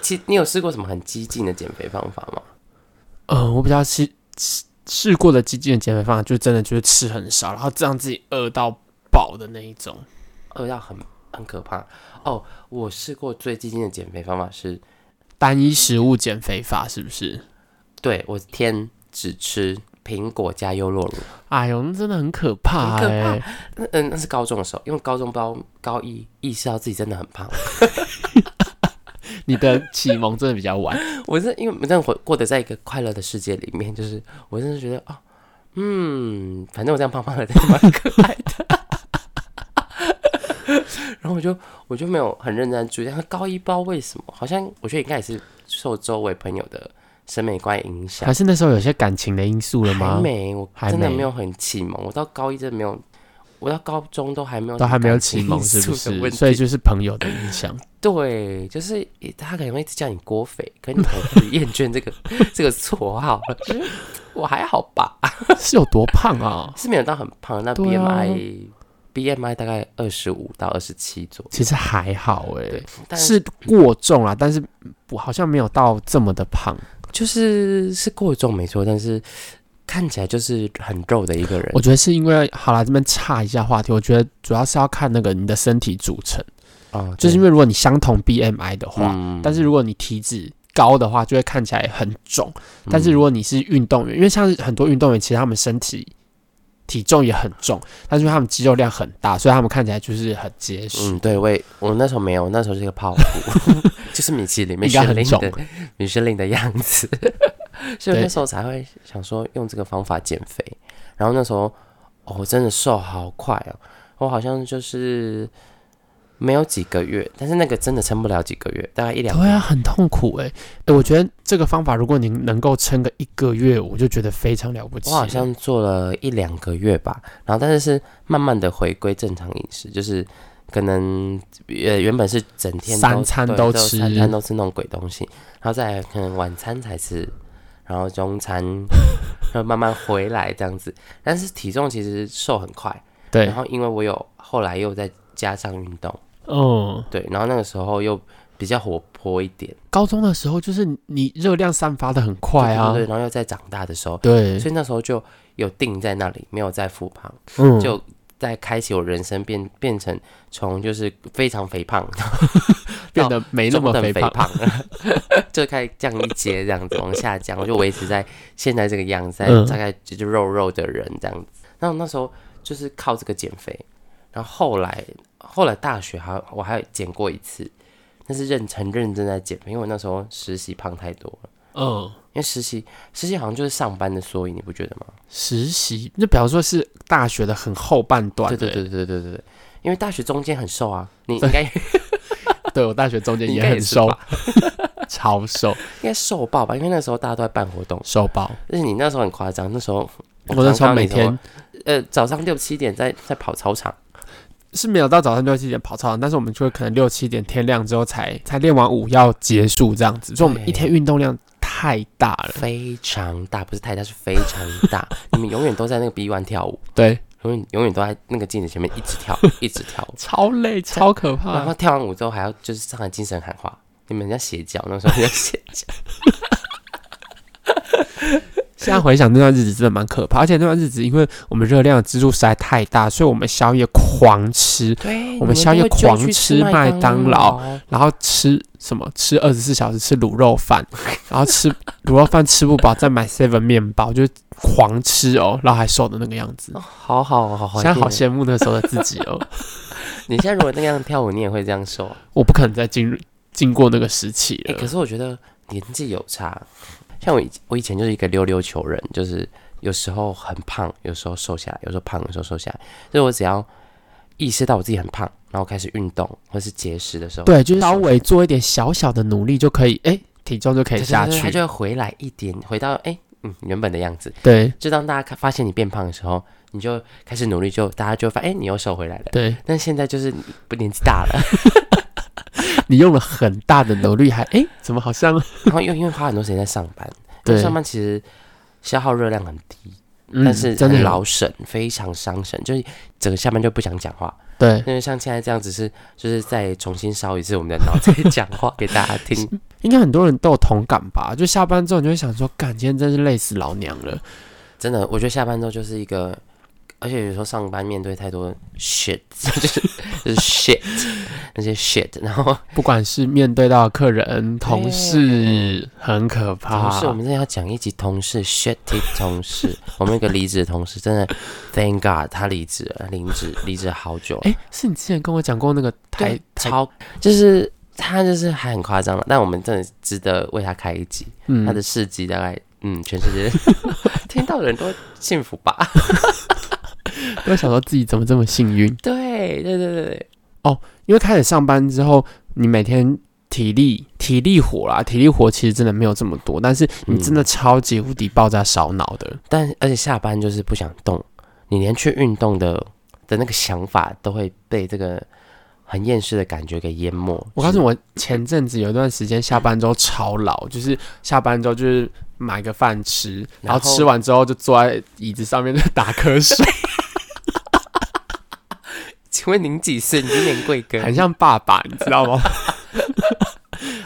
[SPEAKER 1] 其你有试过什么很激进的减肥方法吗？
[SPEAKER 2] 呃，我比较试试试过的激进的减肥方法，就真的就是吃很少，然后让自己饿到饱的那一种。
[SPEAKER 1] 饿到哦很很可怕哦。我试过最激进的减肥方法是，
[SPEAKER 2] 单一食物减肥法是不是？
[SPEAKER 1] 对我天只吃苹果加优酪乳。
[SPEAKER 2] 哎呦，那真的很可怕、
[SPEAKER 1] 很可
[SPEAKER 2] 欸，
[SPEAKER 1] 怕那嗯，那是高中的时候，因为高中不知道高一意识到自己真的很胖。
[SPEAKER 2] 你的启蒙真的比较
[SPEAKER 1] [laughs]
[SPEAKER 2] 晚，
[SPEAKER 1] 我是因为我真的活过得在一个快乐的世界里面，就是我真的觉得啊、嗯，反正我这样胖胖的，真的蛮可爱的。 [laughs] 然后我就我就没有很认真地注意，但是高一不知道为什么，好像我觉得应该也是受周围朋友的审美观影响
[SPEAKER 2] 还。是那时候有些感情的因素了
[SPEAKER 1] 还
[SPEAKER 2] 吗？
[SPEAKER 1] 没，我
[SPEAKER 2] 还
[SPEAKER 1] 真的
[SPEAKER 2] 没
[SPEAKER 1] 没有很启蒙。我到高一真的没有，我到高中都还没有，
[SPEAKER 2] 都还没有启蒙，是不是？所以就是朋友的影响。 [laughs]
[SPEAKER 1] 对，就是他可能会一直叫你郭肥，可你可
[SPEAKER 2] [laughs]
[SPEAKER 1] 能会厌倦这个这个绰号了。 [laughs] 就是我还好吧，啊
[SPEAKER 2] 是有多胖啊？
[SPEAKER 1] 是没有到很胖，那
[SPEAKER 2] 对啊
[SPEAKER 1] BMI、BMI 大概二十五到二十七左右，
[SPEAKER 2] 其实还好哎、
[SPEAKER 1] 对，但
[SPEAKER 2] 是过重啊啦，但是我好像没有到这么的胖。
[SPEAKER 1] 就是是过重没错，但是看起来就是很肉的一个人
[SPEAKER 2] 我。觉得是因为，好啦，这边岔一下话题，我觉得主要是要看那个你的身体组成，
[SPEAKER 1] 啊，
[SPEAKER 2] 就是因
[SPEAKER 1] 为
[SPEAKER 2] 为如果你相同 BMI 的话，
[SPEAKER 1] 嗯
[SPEAKER 2] 但是如果你体脂高的话，就会看起来很肿。但是如果你是运动员，因为像是很多运动员，其实他们身体体重也很重，但是因为他们肌肉量很大，所以他们看起来就是很结实。
[SPEAKER 1] 嗯，对，我也我那时候没有，我那时候是一个泡芙， [laughs] 就是米其林、米
[SPEAKER 2] 应
[SPEAKER 1] 其
[SPEAKER 2] 该很
[SPEAKER 1] 林
[SPEAKER 2] 重
[SPEAKER 1] 的米其林的样子， [laughs] 所以
[SPEAKER 2] 对
[SPEAKER 1] 那时候才会想说用这个方法减肥。然后那时候，哦，我真的瘦好快哦，我好像就是没有几个月，但是那个真的撑不了几个月，大概一两
[SPEAKER 2] 对啊，
[SPEAKER 1] 年。
[SPEAKER 2] 很痛苦哎、欸我觉得这个方法，如果你能够撑个一个月，我就觉得非常了不起
[SPEAKER 1] 我
[SPEAKER 2] 了。
[SPEAKER 1] 好像做了一两个月吧，然后但是是慢慢的回归正常饮食，就是可能呃原本是整天都
[SPEAKER 2] 三餐
[SPEAKER 1] 对
[SPEAKER 2] 都
[SPEAKER 1] 三
[SPEAKER 2] 吃
[SPEAKER 1] 餐都吃那种鬼东西，然后再来可能晚餐才吃然后中
[SPEAKER 2] [laughs]
[SPEAKER 1] 餐，然后慢慢回来这样子。但是体重其实瘦很快，
[SPEAKER 2] 对
[SPEAKER 1] 然，后因为我有后来又再加上运动，
[SPEAKER 2] 嗯，
[SPEAKER 1] 对，然后那个时候又比较活泼一点，
[SPEAKER 2] 高中的时候就是你热量散发的很快啊，
[SPEAKER 1] 对对对，然后又在长大的时候，
[SPEAKER 2] 对，
[SPEAKER 1] 所以那时候就有定在那里，没有再复胖，
[SPEAKER 2] 嗯，
[SPEAKER 1] 就在开启我人生变变成从就是非常肥胖
[SPEAKER 2] 变得没那
[SPEAKER 1] 中
[SPEAKER 2] 么
[SPEAKER 1] 等
[SPEAKER 2] 肥
[SPEAKER 1] 肥
[SPEAKER 2] 胖，
[SPEAKER 1] 胖， [laughs] 就开始降一阶这样子往下降，我就维持在现在这个样子，在
[SPEAKER 2] 嗯
[SPEAKER 1] 大概就就肉肉的人这样子。那我那时候就是靠这个减肥，然后后来后来大学还我还减过一次，但是认很认真在减肥，因为我那时候实习胖太多了。
[SPEAKER 2] 嗯，
[SPEAKER 1] 因为实习，实习好像就是上班的缩影，你不觉得吗？
[SPEAKER 2] 实习就比方说是大学的很后半段，
[SPEAKER 1] 对对
[SPEAKER 2] 对
[SPEAKER 1] 对对对对对，因为大学中间很瘦啊，
[SPEAKER 2] [laughs]
[SPEAKER 1] 你应该
[SPEAKER 2] 对，我大学中间
[SPEAKER 1] 你应
[SPEAKER 2] 也
[SPEAKER 1] 该也
[SPEAKER 2] 很
[SPEAKER 1] 是
[SPEAKER 2] 瘦 [laughs]
[SPEAKER 1] 吧，
[SPEAKER 2] 超瘦，
[SPEAKER 1] 应该瘦爆吧？因为那时候大家都在办活动，
[SPEAKER 2] 瘦爆。
[SPEAKER 1] 而且你那时候很夸张，那时候
[SPEAKER 2] 我那时候每
[SPEAKER 1] 我
[SPEAKER 2] 天
[SPEAKER 1] 常呃早上六七点在在跑操场，
[SPEAKER 2] 是没有到早上六七点跑操场，但是我们就会可能六七点天亮之后才才练完舞要结束这样子，所以我们
[SPEAKER 1] 对
[SPEAKER 2] 一天运动量太大了。
[SPEAKER 1] 非常大，不是太大，是非常
[SPEAKER 2] [laughs]
[SPEAKER 1] 大。你们永远都在那个 B one 跳舞，
[SPEAKER 2] 对，
[SPEAKER 1] 永远永远都在那个镜子前面一直
[SPEAKER 2] [laughs]
[SPEAKER 1] 跳，一直跳舞。
[SPEAKER 2] 超累，超可怕。
[SPEAKER 1] 然后跳完舞之后还要就是上来精神喊话，你们人家邪教，那时候人家
[SPEAKER 2] [laughs]
[SPEAKER 1] 邪教，
[SPEAKER 2] 现在回想那段日子真的蛮可怕，而且那段日子因为我们热量的支出实在太大，所以我们宵夜狂吃，
[SPEAKER 1] 对，
[SPEAKER 2] 我们宵夜
[SPEAKER 1] 你都会就
[SPEAKER 2] 狂
[SPEAKER 1] 去
[SPEAKER 2] 吃
[SPEAKER 1] 吃
[SPEAKER 2] 麦当劳
[SPEAKER 1] 麦当劳，
[SPEAKER 2] 然后吃什么吃二十四小时吃卤肉饭， [laughs] 然后吃卤肉饭吃不饱再买 seven 面包，就狂吃哦，然后还瘦的那个样子
[SPEAKER 1] 哦。好好好哦好，
[SPEAKER 2] 现在好羡慕那时候的自己哦，
[SPEAKER 1] 你现在如果那样跳舞，你也会这样瘦。啊
[SPEAKER 2] 我不可能再进入经过那个时期
[SPEAKER 1] 哎、
[SPEAKER 2] 了。
[SPEAKER 1] 可是我觉得年纪有差，像我以我以前就是一个溜溜球人，就是有时候很胖，有时候瘦下来，有时候胖，有时候瘦下来。所以我只要意识到我自己很胖，然后开始运动或是节食的时候，
[SPEAKER 2] 对，就是稍微做一点小小的努力就可以，哎、体重就可
[SPEAKER 1] 对，
[SPEAKER 2] 以
[SPEAKER 1] 对
[SPEAKER 2] 下
[SPEAKER 1] 对它
[SPEAKER 2] 去。
[SPEAKER 1] 就会回来一点，回到哎、嗯原本的样子。
[SPEAKER 2] 对
[SPEAKER 1] 就当大家看发现你变胖的时候，你就开始努力就，大家就会发现哎、你又瘦回来了。
[SPEAKER 2] 对，
[SPEAKER 1] 但现在就是你不年纪大了，
[SPEAKER 2] 你用了很大的努力还，哎，怎么好像
[SPEAKER 1] 然后又因为花很多时间在上班，
[SPEAKER 2] 对，
[SPEAKER 1] 上班其实消耗热量很低。
[SPEAKER 2] 嗯
[SPEAKER 1] 但是
[SPEAKER 2] 真
[SPEAKER 1] 很
[SPEAKER 2] 的很
[SPEAKER 1] 劳神，非常伤神，就是整个下班就不想讲话。
[SPEAKER 2] 对，
[SPEAKER 1] 因为像现在这样，只是就是再重新烧一次我们的脑袋讲话给大家
[SPEAKER 2] [laughs]
[SPEAKER 1] 听。
[SPEAKER 2] 应该很多人都有同感吧？就下班之后你就会想说，干，今天真是累死老娘了。
[SPEAKER 1] 真的，我觉得下班之后就是一个，而且有时候上班面对太多 shit，就是 [laughs] 就是 shit 那些 shit，然后
[SPEAKER 2] 不管是面对到的客人、同事，很可怕
[SPEAKER 1] 同。事，我们真的要讲一集同事 shitty 同
[SPEAKER 2] [laughs]
[SPEAKER 1] 事。我们有一个离职的同事，真的 thank God 他离职了，离职离职好久了。
[SPEAKER 2] 哎，是你之前跟我讲过那个台
[SPEAKER 1] 对
[SPEAKER 2] 台，
[SPEAKER 1] 超就是他就是还很夸张了，但我们真的值得为他开一集。
[SPEAKER 2] 嗯
[SPEAKER 1] 他的事迹大概，嗯，全世界 [laughs] 听到的人都幸福吧？
[SPEAKER 2] 我想说自己怎么这么幸运？
[SPEAKER 1] [laughs] 对对对对对，
[SPEAKER 2] 因为开始上班之后，你每天体力体力活啦，体力活其实真的没有这么多，但是你真的超级无敌爆炸烧脑的。
[SPEAKER 1] 但而且下班就是不想动，你连去运动的的那个想法都会被这个很厌世的感觉给淹没。
[SPEAKER 2] 我告诉你，我前阵子有一段时间下班之后超老，就是下班之后就是买个饭吃，然
[SPEAKER 1] 然后
[SPEAKER 2] 后吃完之后就坐在椅子上面就打瞌 [laughs] 睡，
[SPEAKER 1] [laughs] 请问您几岁？你今年贵庚？
[SPEAKER 2] 很像爸爸，你知道吗？ [laughs]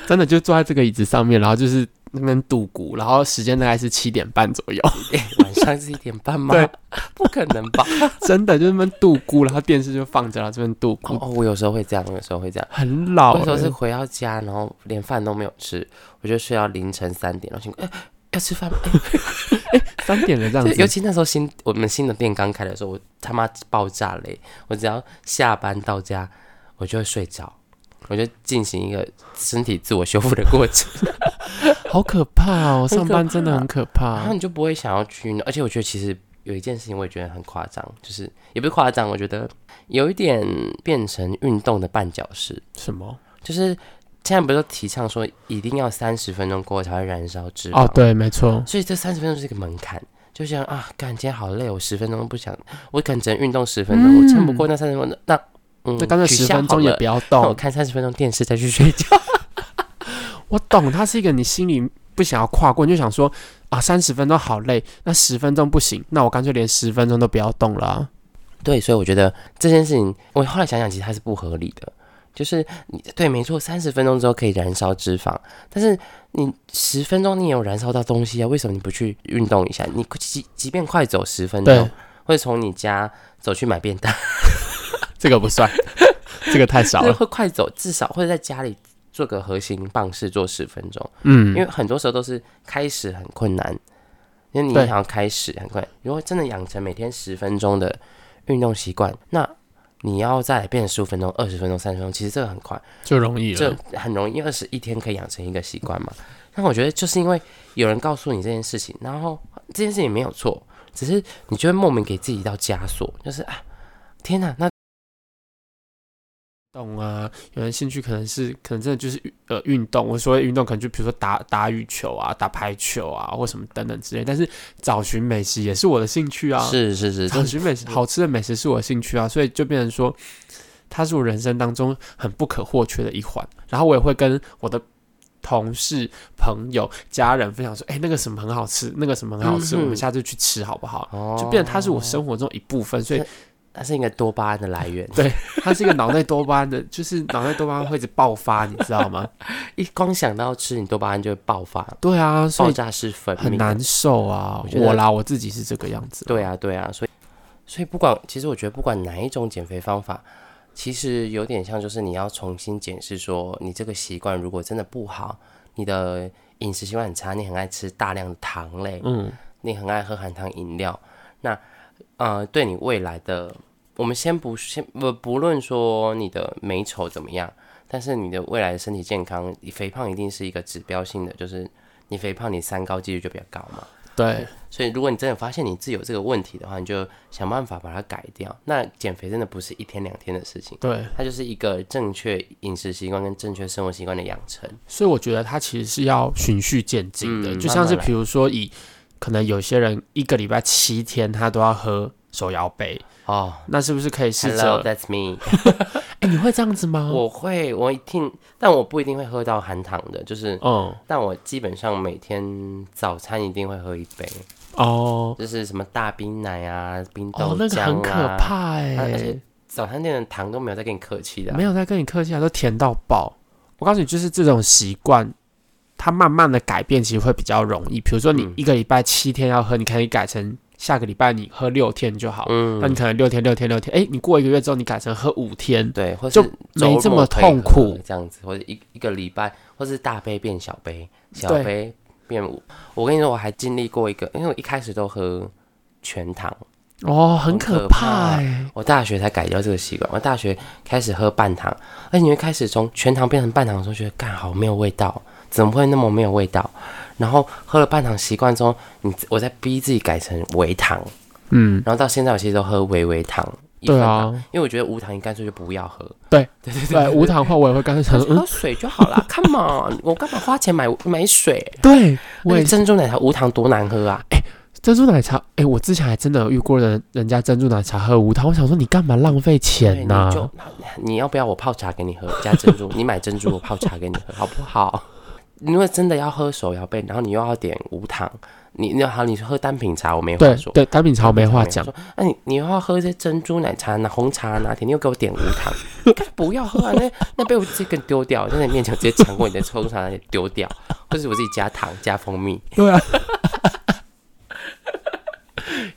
[SPEAKER 2] 真的就坐在这个椅子上面，然后就是那边度骨，然后时间大概是七点半左右，
[SPEAKER 1] [laughs] 晚上是一点半吗
[SPEAKER 2] 对？
[SPEAKER 1] [laughs] 不可能吧？
[SPEAKER 2] [laughs] [laughs] 真的就是那边度骨，然后电视就放着，然后这边度
[SPEAKER 1] [laughs] 哦
[SPEAKER 2] 骨，
[SPEAKER 1] 哦，我有时候会这样，我有时候会这样。
[SPEAKER 2] 很老
[SPEAKER 1] 我有时候是
[SPEAKER 2] 了。
[SPEAKER 1] 回到家，然后连饭都没有吃，我就睡到凌晨三点，然后醒过来，哎、要吃饭吗？哎
[SPEAKER 2] 三点了这样
[SPEAKER 1] 对，尤
[SPEAKER 2] 子，
[SPEAKER 1] 其那时候新我们新的店刚开的时候，我他妈爆炸嘞！我只要下班到家，我就会睡着，我就进行一个身体自我修复的过
[SPEAKER 2] [laughs]
[SPEAKER 1] 程，
[SPEAKER 2] [laughs] 好可怕哦！
[SPEAKER 1] 很可
[SPEAKER 2] 上班真的很可
[SPEAKER 1] 然
[SPEAKER 2] 怕
[SPEAKER 1] 后。你就不会想要去运动。而且我觉得其实有一件事情，我也觉得很夸张，就是也不是夸张，我觉得有一点变成运动的绊脚石，
[SPEAKER 2] 什么？
[SPEAKER 1] 就是现在不是都提倡说一定要三十分钟过后才会燃烧脂肪
[SPEAKER 2] 哦，对，没错。
[SPEAKER 1] 所以这三十分钟是一个门槛，就像啊，干今天好累，我十分钟都不想，我可能只能运动十分钟，
[SPEAKER 2] 嗯
[SPEAKER 1] 我撑不过那三十分钟，那嗯，
[SPEAKER 2] 那干脆
[SPEAKER 1] 取
[SPEAKER 2] 十
[SPEAKER 1] 消
[SPEAKER 2] 分
[SPEAKER 1] 好
[SPEAKER 2] 钟也
[SPEAKER 1] 了
[SPEAKER 2] 不要
[SPEAKER 1] 那我
[SPEAKER 2] 动，
[SPEAKER 1] 看三十分钟电视再去睡觉。
[SPEAKER 2] 我懂，它是一个你心里不想要跨过，你就想说啊，三十分钟好累，那十分钟不行，那我干脆连十分钟都不要动了啊、
[SPEAKER 1] [laughs] 对，所以我觉得这件事情，我后来想想，其实它是不合理的。就是你对，没错，三十分钟之后可以燃烧脂肪，但是你十分钟你也有燃烧到东西啊，为什么你不去运动一下？你即即便快走十分钟
[SPEAKER 2] 对，
[SPEAKER 1] 或者从你家走去买便当，
[SPEAKER 2] 这个
[SPEAKER 1] [laughs]
[SPEAKER 2] 不算，这个太少
[SPEAKER 1] 就是
[SPEAKER 2] 了。
[SPEAKER 1] 会快走，至少或者在家里做个核心棒式做十分钟，因，
[SPEAKER 2] 嗯
[SPEAKER 1] 为很多时候都是开始很困难，因为你
[SPEAKER 2] 对
[SPEAKER 1] 想要开始很困难。如果真的养成每天十分钟的运动习惯，那你要再来变十五分钟、二十分钟、三十分钟，其实这个很快，
[SPEAKER 2] 就容易
[SPEAKER 1] 这
[SPEAKER 2] 了。
[SPEAKER 1] 很容易，因为二十一天可以养成一个习惯嘛。但我觉得就是因为有人告诉你这件事情，然后这件事情没有错，只是你就会莫名给自己一道枷锁，就是啊，天哪，那
[SPEAKER 2] 懂啊，有人兴趣可能是可能真的就是呃运动，我所谓运动可能就比如说打打羽球啊、打排球啊或什么等等之类。但是找寻美食也是我的兴趣啊，
[SPEAKER 1] 是是是，
[SPEAKER 2] 找
[SPEAKER 1] 就
[SPEAKER 2] 寻美食好吃的美食是我的兴趣啊，所以就变成说它是我人生当中很不可或缺的一环。然后我也会跟我的。同事、朋友、家人分享说：“哎、那个什么很好吃，那个什么很好
[SPEAKER 1] 嗯
[SPEAKER 2] 吃，
[SPEAKER 1] 哼
[SPEAKER 2] 我们下次去吃好不好？”
[SPEAKER 1] 哦
[SPEAKER 2] 就变成它是我生活中一部分，所以
[SPEAKER 1] 它是一个多巴胺的来源。
[SPEAKER 2] 它是一个脑内多巴胺的，就是脑内多巴胺会一直爆发，你知
[SPEAKER 1] [laughs]
[SPEAKER 2] 道吗？
[SPEAKER 1] 一光想到吃，你多巴胺就会爆发，
[SPEAKER 2] 对啊，所
[SPEAKER 1] 爆
[SPEAKER 2] 以
[SPEAKER 1] 炸式分泌，
[SPEAKER 2] 很难受啊
[SPEAKER 1] 我。觉得
[SPEAKER 2] 我啦，我自己是这个样子。
[SPEAKER 1] 对啊，对啊，所以所以不管，其实我觉得不管哪一种减肥方法，其实有点像就是你要重新检视说，你这个习惯如果真的不好，你的饮食习惯很差，你很爱吃大量的糖类，
[SPEAKER 2] 嗯，
[SPEAKER 1] 你很爱喝含糖饮料，那呃，对你未来的，我们先不先不不论说你的美丑怎么样，但是你的未来的身体健康，你肥胖一定是一个指标性的，就是你肥胖，你三高几率就比较高嘛。
[SPEAKER 2] 对，
[SPEAKER 1] 所以，如果你真的发现你自己有这个问题的话，你就想办法把它改掉。那减肥真的不是一天两天的事情，
[SPEAKER 2] 对，
[SPEAKER 1] 它就是一个正确饮食习惯跟正确生活习惯的养成。
[SPEAKER 2] 所以我觉得它其实是要循序渐进的，
[SPEAKER 1] 嗯
[SPEAKER 2] 就像
[SPEAKER 1] 慢
[SPEAKER 2] 是
[SPEAKER 1] 慢来
[SPEAKER 2] 比如说以可能有些人一个礼拜七天他都要喝手摇杯，
[SPEAKER 1] 哦、
[SPEAKER 2] 那是不是可以
[SPEAKER 1] h e
[SPEAKER 2] 试
[SPEAKER 1] l l
[SPEAKER 2] 着
[SPEAKER 1] o？that's me。
[SPEAKER 2] 哎，你会这样子吗？
[SPEAKER 1] 我会，我一定，但我不一定会喝到含糖的，就是，
[SPEAKER 2] 嗯
[SPEAKER 1] 但我基本上每天早餐一定会喝一杯，
[SPEAKER 2] 哦
[SPEAKER 1] 就是什么大冰奶啊、冰嗯豆浆啊。
[SPEAKER 2] 哦，那个很可怕
[SPEAKER 1] 它
[SPEAKER 2] 哎
[SPEAKER 1] 而，且早餐店的糖都没有在跟你客气的啊、
[SPEAKER 2] 没有在跟你客气啊，都甜到爆。我告诉你，就是这种习惯，它慢慢的改变，其实会比较容易。比如说，你
[SPEAKER 1] 嗯
[SPEAKER 2] 一个礼拜七天要喝，你可以改成下个礼拜你喝六天就好。
[SPEAKER 1] 嗯
[SPEAKER 2] 那你可能六天、六天、六天，哎，你过一个月之后，你改成喝五天，
[SPEAKER 1] 对，或
[SPEAKER 2] 就是没
[SPEAKER 1] 周
[SPEAKER 2] 这
[SPEAKER 1] 末
[SPEAKER 2] 么
[SPEAKER 1] 配
[SPEAKER 2] 痛
[SPEAKER 1] 合
[SPEAKER 2] 苦
[SPEAKER 1] 这样子，或者一一个礼拜，或是大杯变小杯，小
[SPEAKER 2] 对
[SPEAKER 1] 杯变五。我跟你说，我还经历过一个，因为我一开始都喝全糖，
[SPEAKER 2] 哦，很可
[SPEAKER 1] 可
[SPEAKER 2] 怕
[SPEAKER 1] 怕
[SPEAKER 2] 哎。
[SPEAKER 1] 我大学才改掉这个习惯。我大学开始喝半糖，而且你会开始从全糖变成半糖的时候，觉得干好没有味道，怎么会那么没有味道？然后喝了半糖习惯之后，你我再逼自己改成微糖，
[SPEAKER 2] 嗯，
[SPEAKER 1] 然后到现在我其实都喝微微糖。一
[SPEAKER 2] 对
[SPEAKER 1] 份
[SPEAKER 2] 啊
[SPEAKER 1] 糖，因为我觉得无糖你干脆就不要喝，
[SPEAKER 2] 对，无糖化我也会刚
[SPEAKER 1] [laughs]
[SPEAKER 2] 才想说，嗯，
[SPEAKER 1] 喝水就好啦。Come on，我干嘛花钱买买水？
[SPEAKER 2] 对，我
[SPEAKER 1] 那
[SPEAKER 2] 也
[SPEAKER 1] 个
[SPEAKER 2] 是
[SPEAKER 1] 珍珠奶茶无糖多难喝啊！
[SPEAKER 2] 珍珠奶茶，哎，我之前还真的有遇过人人家珍珠奶茶喝无糖，我想说你干嘛浪费
[SPEAKER 1] 对
[SPEAKER 2] 钱
[SPEAKER 1] 你
[SPEAKER 2] 呐？
[SPEAKER 1] 就你要不要我泡茶给你喝加珍珠？你买珍珠，我泡茶给你喝，好不好？ [laughs] 如果真的要喝手摇杯，然后你又要点无糖，你你好，你喝单品茶我没话
[SPEAKER 2] 对
[SPEAKER 1] 说，
[SPEAKER 2] 对，单品茶我没话讲。
[SPEAKER 1] 说那、你你又要喝这珍珠奶茶、拿红茶、拿铁，你又给我点无糖，干不要喝啊！那那杯我直接给你丢掉，在你面前直接抢过你的红茶拿铁丢掉，或是我自己加糖加蜂蜜。
[SPEAKER 2] 对啊， [laughs]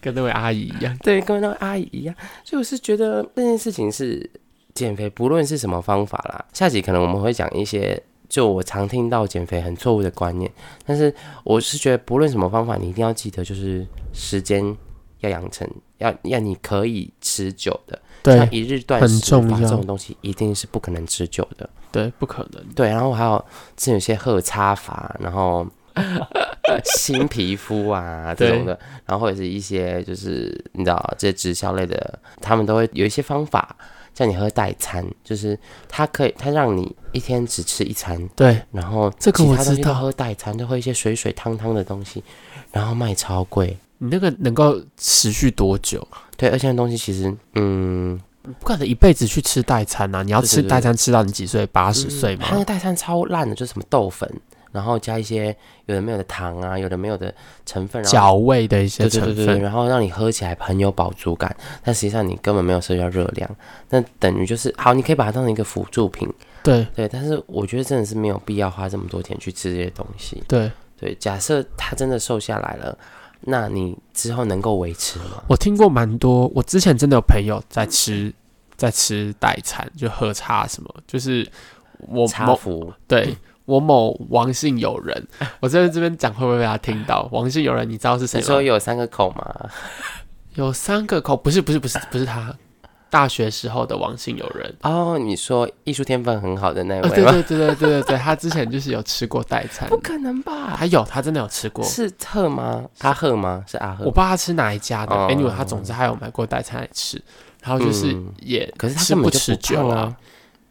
[SPEAKER 2] 跟那位阿姨一样。
[SPEAKER 1] 对，跟那个阿姨一样。所以我是觉得那件事情是减肥，不论是什么方法啦，下集可能我们会讲一些。就我常听到减肥很错误的观念，但是我是觉得不论什么方法，你一定要记得，就是时间要养成，要要你可以持久的，像
[SPEAKER 2] 对
[SPEAKER 1] 一日断
[SPEAKER 2] 很
[SPEAKER 1] 食
[SPEAKER 2] 重
[SPEAKER 1] 法
[SPEAKER 2] 要
[SPEAKER 1] 这种东西一定是不可能持久的。
[SPEAKER 2] 对，不可能。
[SPEAKER 1] 对，然后还有之前有些喝差法，然后呃新皮肤啊这种的，然后或者是一些就是你知道这些直销类的，他们都会有一些方法叫你喝代餐，就是它可以它让你一天只吃一餐，
[SPEAKER 2] 对，
[SPEAKER 1] 然后
[SPEAKER 2] 这个
[SPEAKER 1] 其
[SPEAKER 2] 我
[SPEAKER 1] 他东
[SPEAKER 2] 知
[SPEAKER 1] 西都
[SPEAKER 2] 道。
[SPEAKER 1] 喝代餐，都喝一些水水汤汤的东西，然后卖超贵。
[SPEAKER 2] 你那个能够持续多久？
[SPEAKER 1] 对，而且那东西其实，嗯，
[SPEAKER 2] 不可能一辈子去吃代餐呐、啊！你要
[SPEAKER 1] 对嗯
[SPEAKER 2] 吃
[SPEAKER 1] 对对
[SPEAKER 2] 代餐吃到你几岁？八十岁吗
[SPEAKER 1] 它？那个代餐超烂的，就是什么豆粉、然后加一些有的没有的糖啊，有的没有的成分，然后
[SPEAKER 2] 脚味的一些
[SPEAKER 1] 对对
[SPEAKER 2] 成
[SPEAKER 1] 对
[SPEAKER 2] 分，
[SPEAKER 1] 对对，然后让你喝起来很有饱足感，但实际上你根本没有摄取到热量，那等于就是好，你可以把它当成一个辅助品，
[SPEAKER 2] 对
[SPEAKER 1] 对，但是我觉得真的是没有必要花这么多钱去吃这些东西。
[SPEAKER 2] 对
[SPEAKER 1] 对，假设他真的瘦下来了，那你之后能够维持吗？
[SPEAKER 2] 我听过蛮多，我之前真的有朋友在吃在吃代餐，就喝茶什么，就是我
[SPEAKER 1] 差
[SPEAKER 2] 某
[SPEAKER 1] 幅
[SPEAKER 2] 对我某王姓友人，我在这边讲会不会被他听到？王姓友人，你知道是谁
[SPEAKER 1] 你说
[SPEAKER 2] 吗？
[SPEAKER 1] 有三个口吗？
[SPEAKER 2] 有三个口，不是不是不是不是他，大学时候的王姓友人。
[SPEAKER 1] 哦，你说艺术天分很好的那
[SPEAKER 2] 呃，
[SPEAKER 1] 位
[SPEAKER 2] 对
[SPEAKER 1] 吗？
[SPEAKER 2] 对对对对对对，他之前就是有吃过代餐
[SPEAKER 1] 哎 [laughs] 不，可能吧？
[SPEAKER 2] 他有他真的有吃过，
[SPEAKER 1] 是特吗？阿赫吗？是阿赫？
[SPEAKER 2] 我不知道他吃哪一家的
[SPEAKER 1] 哦
[SPEAKER 2] ，anyway，他总之他有买过代餐来吃，然后就是
[SPEAKER 1] 嗯
[SPEAKER 2] 也
[SPEAKER 1] 可是他
[SPEAKER 2] 吃
[SPEAKER 1] 根
[SPEAKER 2] 不
[SPEAKER 1] 本就
[SPEAKER 2] 吃
[SPEAKER 1] 不
[SPEAKER 2] 酒
[SPEAKER 1] 胖
[SPEAKER 2] 啊
[SPEAKER 1] 啊，！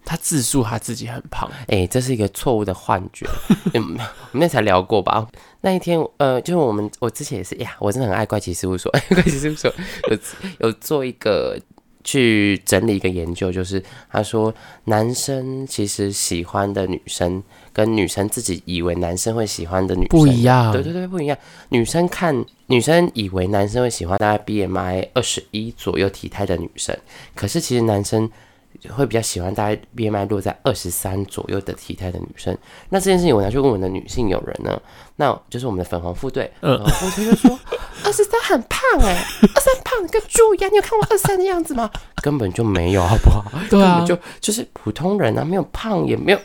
[SPEAKER 2] 他自述他自己很胖，
[SPEAKER 1] 哎、这是一个错误的幻觉。嗯，我们那才聊过吧？那一天，呃，就是我们我之前也是哎呀，我真的很爱怪奇事务所。 [laughs] 怪奇事务所有有做一个去整理一个研究，就是他说男生其实喜欢的女生跟女生自己以为男生会喜欢的女生
[SPEAKER 2] 不一样，
[SPEAKER 1] 对对对，不一样。女生看女生以为男生会喜欢大概 BMI 二十一左右体态的女生，可是其实男生会比较喜欢大概 BMI 落在二十三左右的体态的女生。那这件事情我拿去问我的女性友人呢，那就是我们的粉红副队，
[SPEAKER 2] 嗯
[SPEAKER 1] 粉红副队就
[SPEAKER 2] [laughs]
[SPEAKER 1] 说二十三很胖哎、二三胖得跟猪一啊样，你有看过二三的样子吗？根本就没有，好不好？
[SPEAKER 2] 对
[SPEAKER 1] 根
[SPEAKER 2] 啊
[SPEAKER 1] 本，就就是普通人啊，没有胖也没有，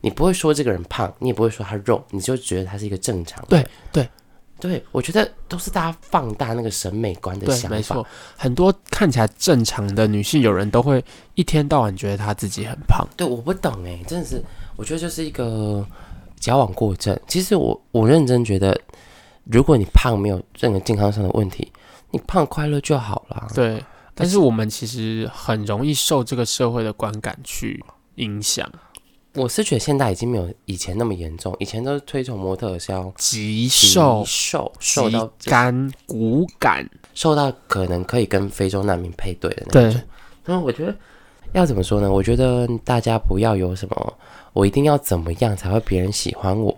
[SPEAKER 1] 你不会说这个人胖，你也不会说他肉，你就觉得他是一个正常的
[SPEAKER 2] 对
[SPEAKER 1] 人。
[SPEAKER 2] 对
[SPEAKER 1] 对，我觉得都是大家放大那个审美观的
[SPEAKER 2] 对，
[SPEAKER 1] 想
[SPEAKER 2] 没
[SPEAKER 1] 法。
[SPEAKER 2] 错，很多看起来正常的女性友人都会一天到晚觉得她自己很胖，
[SPEAKER 1] 对，我不懂哎、真的是，我觉得就是一个矫枉过正。其实我我认真觉得，如果你胖没有任何健康上的问题，你胖快乐就好啦。
[SPEAKER 2] 对，但是我们其实很容易受这个社会的观感去影响，
[SPEAKER 1] 我是觉得现在已经没有以前那么严重，以前都是推崇模特儿是要
[SPEAKER 2] 极
[SPEAKER 1] 极
[SPEAKER 2] 瘦、
[SPEAKER 1] 瘦瘦
[SPEAKER 2] 极
[SPEAKER 1] 到
[SPEAKER 2] 干、骨感，
[SPEAKER 1] 瘦到可能可以跟非洲难民配对的那种。
[SPEAKER 2] 对
[SPEAKER 1] 然后我觉得要怎么说呢？我觉得大家不要有什么，我一定要怎么样才会别人喜欢我。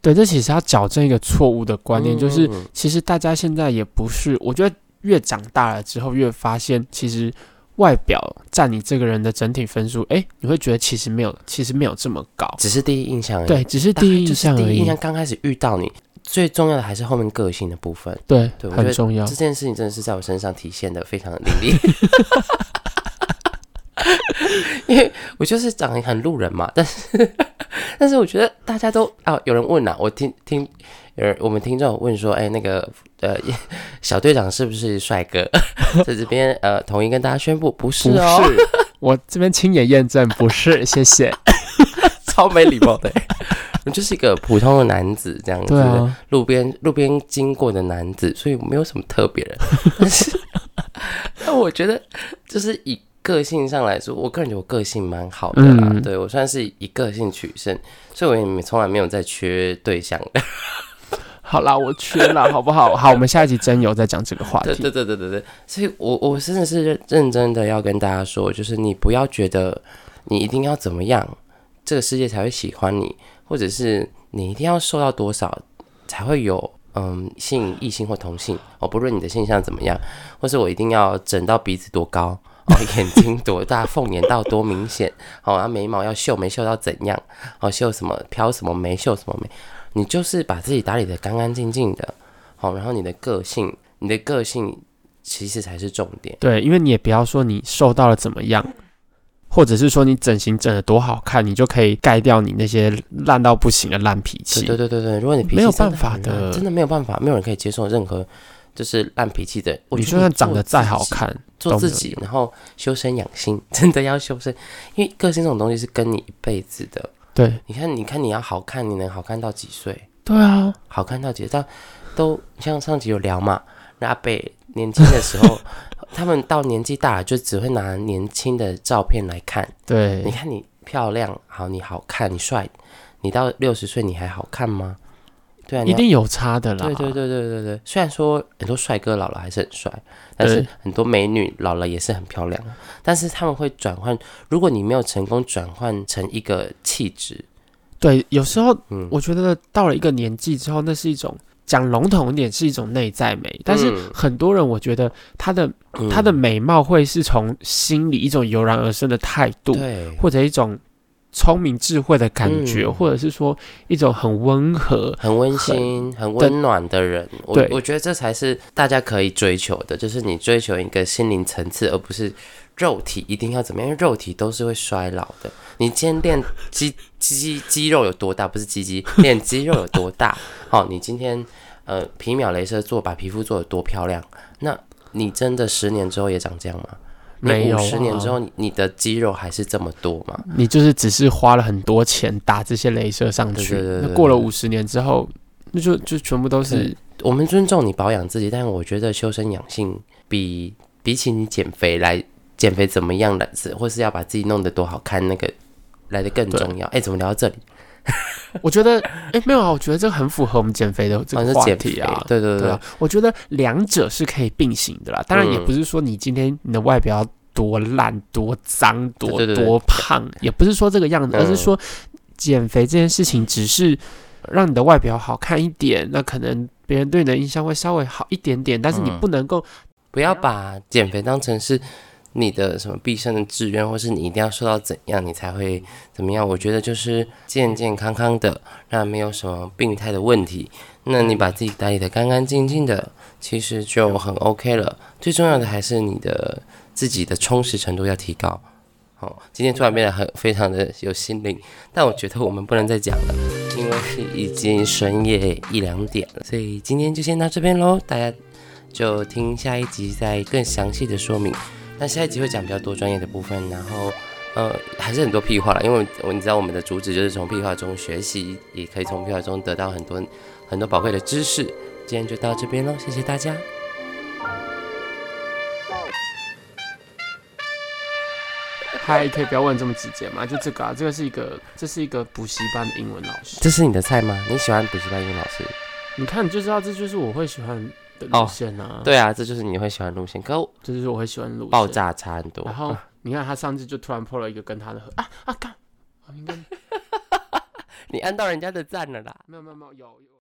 [SPEAKER 2] 对，这其实要矫正一个错误的观念，就是
[SPEAKER 1] 嗯
[SPEAKER 2] 其实大家现在也不是，我觉得越长大了之后，越发现其实外表占你这个人的整体分数，哎，你会觉得其实没有，其实没有这么高。
[SPEAKER 1] 只是第一印象而已。
[SPEAKER 2] 对，只是
[SPEAKER 1] 大概
[SPEAKER 2] 第一印
[SPEAKER 1] 就是
[SPEAKER 2] 象而
[SPEAKER 1] 第一
[SPEAKER 2] 已
[SPEAKER 1] 印。象刚开始遇到你，最重要的还是后面个性的部分。
[SPEAKER 2] 对，
[SPEAKER 1] 对我觉
[SPEAKER 2] 很
[SPEAKER 1] 得
[SPEAKER 2] 重要
[SPEAKER 1] 这。件事情真的是在我身上体现的非常的淋漓。 [laughs] 因为我就是长得很路人嘛，但是但是我觉得大家都啊，有人问啦、我听听有人我们听众有问说，哎、那个呃， [laughs] 小队长是不是帅哥？ [laughs] 在这边呃，统一跟大家宣布，不是
[SPEAKER 2] 不是
[SPEAKER 1] 哦，，
[SPEAKER 2] 我这边亲眼验证不是，谢谢。
[SPEAKER 1] [laughs] 超没礼貌的、欸 [laughs] 我就是一个普通的男子这样子
[SPEAKER 2] 对
[SPEAKER 1] 的，
[SPEAKER 2] 啊，
[SPEAKER 1] 路边路边经过的男子，所以没有什么特别的。但是， [laughs] 但我觉得就是以个性上来说，我个人觉得我个性蛮好的啦。
[SPEAKER 2] 嗯
[SPEAKER 1] 对我算是以个性取胜，所以我也没从来没有在缺对象的。
[SPEAKER 2] 好啦，我缺了，好
[SPEAKER 1] [laughs]
[SPEAKER 2] 不好？好，我们下一集真有再讲这个话
[SPEAKER 1] 对
[SPEAKER 2] 题。
[SPEAKER 1] 对对对对对，所以我我真的是认认真的要跟大家说，就是你不要觉得你一定要怎么样，这个世界才会喜欢你，或者是你一定要瘦到多少才会有嗯吸引异性或同性哦，不论你的性向怎么样，或是我一定要整到鼻子多高。哦， [laughs] 眼睛多大，凤眼到多明显，哦，啊，眉毛要秀，没秀到怎样，哦，秀什么飘什么眉，秀什么眉，你就是把自己打理的干干净净的，好、然后你的个性你的个性其实才是重点。
[SPEAKER 2] 对，因为你也不要说你瘦到了怎么样，或者是说你整形整的多好看，你就可以盖掉你那些烂到不行的烂脾
[SPEAKER 1] 对
[SPEAKER 2] 气
[SPEAKER 1] 对。对对对，如果你脾气
[SPEAKER 2] 没有
[SPEAKER 1] 真的
[SPEAKER 2] 办法
[SPEAKER 1] 很
[SPEAKER 2] 的
[SPEAKER 1] 烂真的没有办法，没有人可以接受任何就是烂脾气的人。我
[SPEAKER 2] 你
[SPEAKER 1] 觉得
[SPEAKER 2] 就算
[SPEAKER 1] 做
[SPEAKER 2] 长得再好
[SPEAKER 1] 自己，
[SPEAKER 2] 看，
[SPEAKER 1] 做
[SPEAKER 2] 都没
[SPEAKER 1] 自
[SPEAKER 2] 有
[SPEAKER 1] 己，
[SPEAKER 2] 用
[SPEAKER 1] 然后修身养性，真的要修身，因为个性这种东西是跟你一辈子的。
[SPEAKER 2] 对
[SPEAKER 1] 你看，你看你要好看，你能好看到几岁？
[SPEAKER 2] 对啊，
[SPEAKER 1] 好看到几岁？到都像上集有聊嘛，那阿贝年轻的时候， [laughs] 他们到年纪大了就只会拿年轻的照片来看。你
[SPEAKER 2] 对
[SPEAKER 1] 看你漂亮，好，你好看，你帅，你到六十岁你还好看吗？对啊，你
[SPEAKER 2] 一
[SPEAKER 1] 要
[SPEAKER 2] 定有差的啦。
[SPEAKER 1] 对对对对对对。虽然说很多帅哥老了还是很帅，但是
[SPEAKER 2] 对
[SPEAKER 1] 很多美女老了也是很漂亮，但是他们会转换。如果你没有成功转换成一个气质，
[SPEAKER 2] 对，有时候
[SPEAKER 1] 嗯
[SPEAKER 2] 我觉得到了一个年纪之后，那是一种讲笼统一点是一种内在美，但是
[SPEAKER 1] 嗯
[SPEAKER 2] 很多人我觉得他的
[SPEAKER 1] 嗯
[SPEAKER 2] 他的美貌会是从心里一种油然而生的态度，
[SPEAKER 1] 对，
[SPEAKER 2] 或者一种聪明智慧的感觉，
[SPEAKER 1] 嗯
[SPEAKER 2] 或者是说一种很温和。
[SPEAKER 1] 很温馨、很温暖的人，我
[SPEAKER 2] 对
[SPEAKER 1] 我觉得这才是大家可以追求的，就是你追求一个心灵层次，而不是肉体一定要怎么样，因为肉体都是会衰老的。你今天练肌肌肌肌肉有多大？不是肌肌，练肌肉有多大？好、你今天呃皮秒镭射做把皮肤做得多漂亮，那你真的十年之后也长这样吗？
[SPEAKER 2] 没
[SPEAKER 1] 你
[SPEAKER 2] 有
[SPEAKER 1] 五
[SPEAKER 2] 啊
[SPEAKER 1] 十年之后，你你的肌肉还是这么多吗？
[SPEAKER 2] 你就是只是花了很多钱打这些镭射上去，
[SPEAKER 1] 对对对对
[SPEAKER 2] 那过了五十年之后，那就就全部都是
[SPEAKER 1] 对我们尊重你保养自己，但我觉得修身养性比比起你减肥来减肥怎么样来，或是要把自己弄得多好看那个来的更重要。哎、怎么聊到这里？
[SPEAKER 2] 我觉得，哎、没有啊，我觉得这个很符合我们减肥的这
[SPEAKER 1] 好
[SPEAKER 2] 个
[SPEAKER 1] 哦像是
[SPEAKER 2] 话
[SPEAKER 1] 减
[SPEAKER 2] 题
[SPEAKER 1] 肥
[SPEAKER 2] 啊。
[SPEAKER 1] 对对对
[SPEAKER 2] 对啊，我觉得两者是可以并行的啦。当然，也
[SPEAKER 1] 嗯
[SPEAKER 2] 不是说你今天你的外表要多烂、多脏、多
[SPEAKER 1] 对对对
[SPEAKER 2] 多胖，也不是说这个样子，
[SPEAKER 1] 嗯
[SPEAKER 2] 而是说减肥这件事情只是让你的外表好看一点，那可能别人对你的印象会稍微好一点点，但是你
[SPEAKER 1] 嗯
[SPEAKER 2] 不能够
[SPEAKER 1] 不要把减肥当成是你的什么毕生的志愿，或是你一定要瘦到怎样你才会怎么样。我觉得就是健健康康的，那没有什么病态的问题，那你把自己打理得干干净净的，其实就很 OK 了。最重要的还是你的自己的充实程度要提高。好，今天突然变得很非常的有心灵，但我觉得我们不能再讲了，因为已经深夜一两点了，所以今天就先到这边喽，大家就听下一集再更详细的说明。那下一集会讲比较多专业的部分，然后呃还是很多屁话了，因为我你知道我们的主旨就是从屁话中学习，也可以从屁话中得到很多很多宝贵的知识。今天就到这边喽，谢谢大家。
[SPEAKER 2] 嗨，可以不要问这么直接嘛？就这个啊，这个是一个，这是一个补习班的英文老师。
[SPEAKER 1] 这是你的菜吗？你喜欢补习班英语老师？
[SPEAKER 2] 你看你就知道，这就是我会喜欢的
[SPEAKER 1] 哦
[SPEAKER 2] 路线啊。，
[SPEAKER 1] 对啊，这就是你会喜欢路线，可我
[SPEAKER 2] 这就是我会喜欢的路线。啊
[SPEAKER 1] 爆炸差很多
[SPEAKER 2] 然。后你看他上次就突然破了一个跟他的合啊啊干，啊应该
[SPEAKER 1] 你按到人家的赞了啦。
[SPEAKER 2] 没有没有没有有有。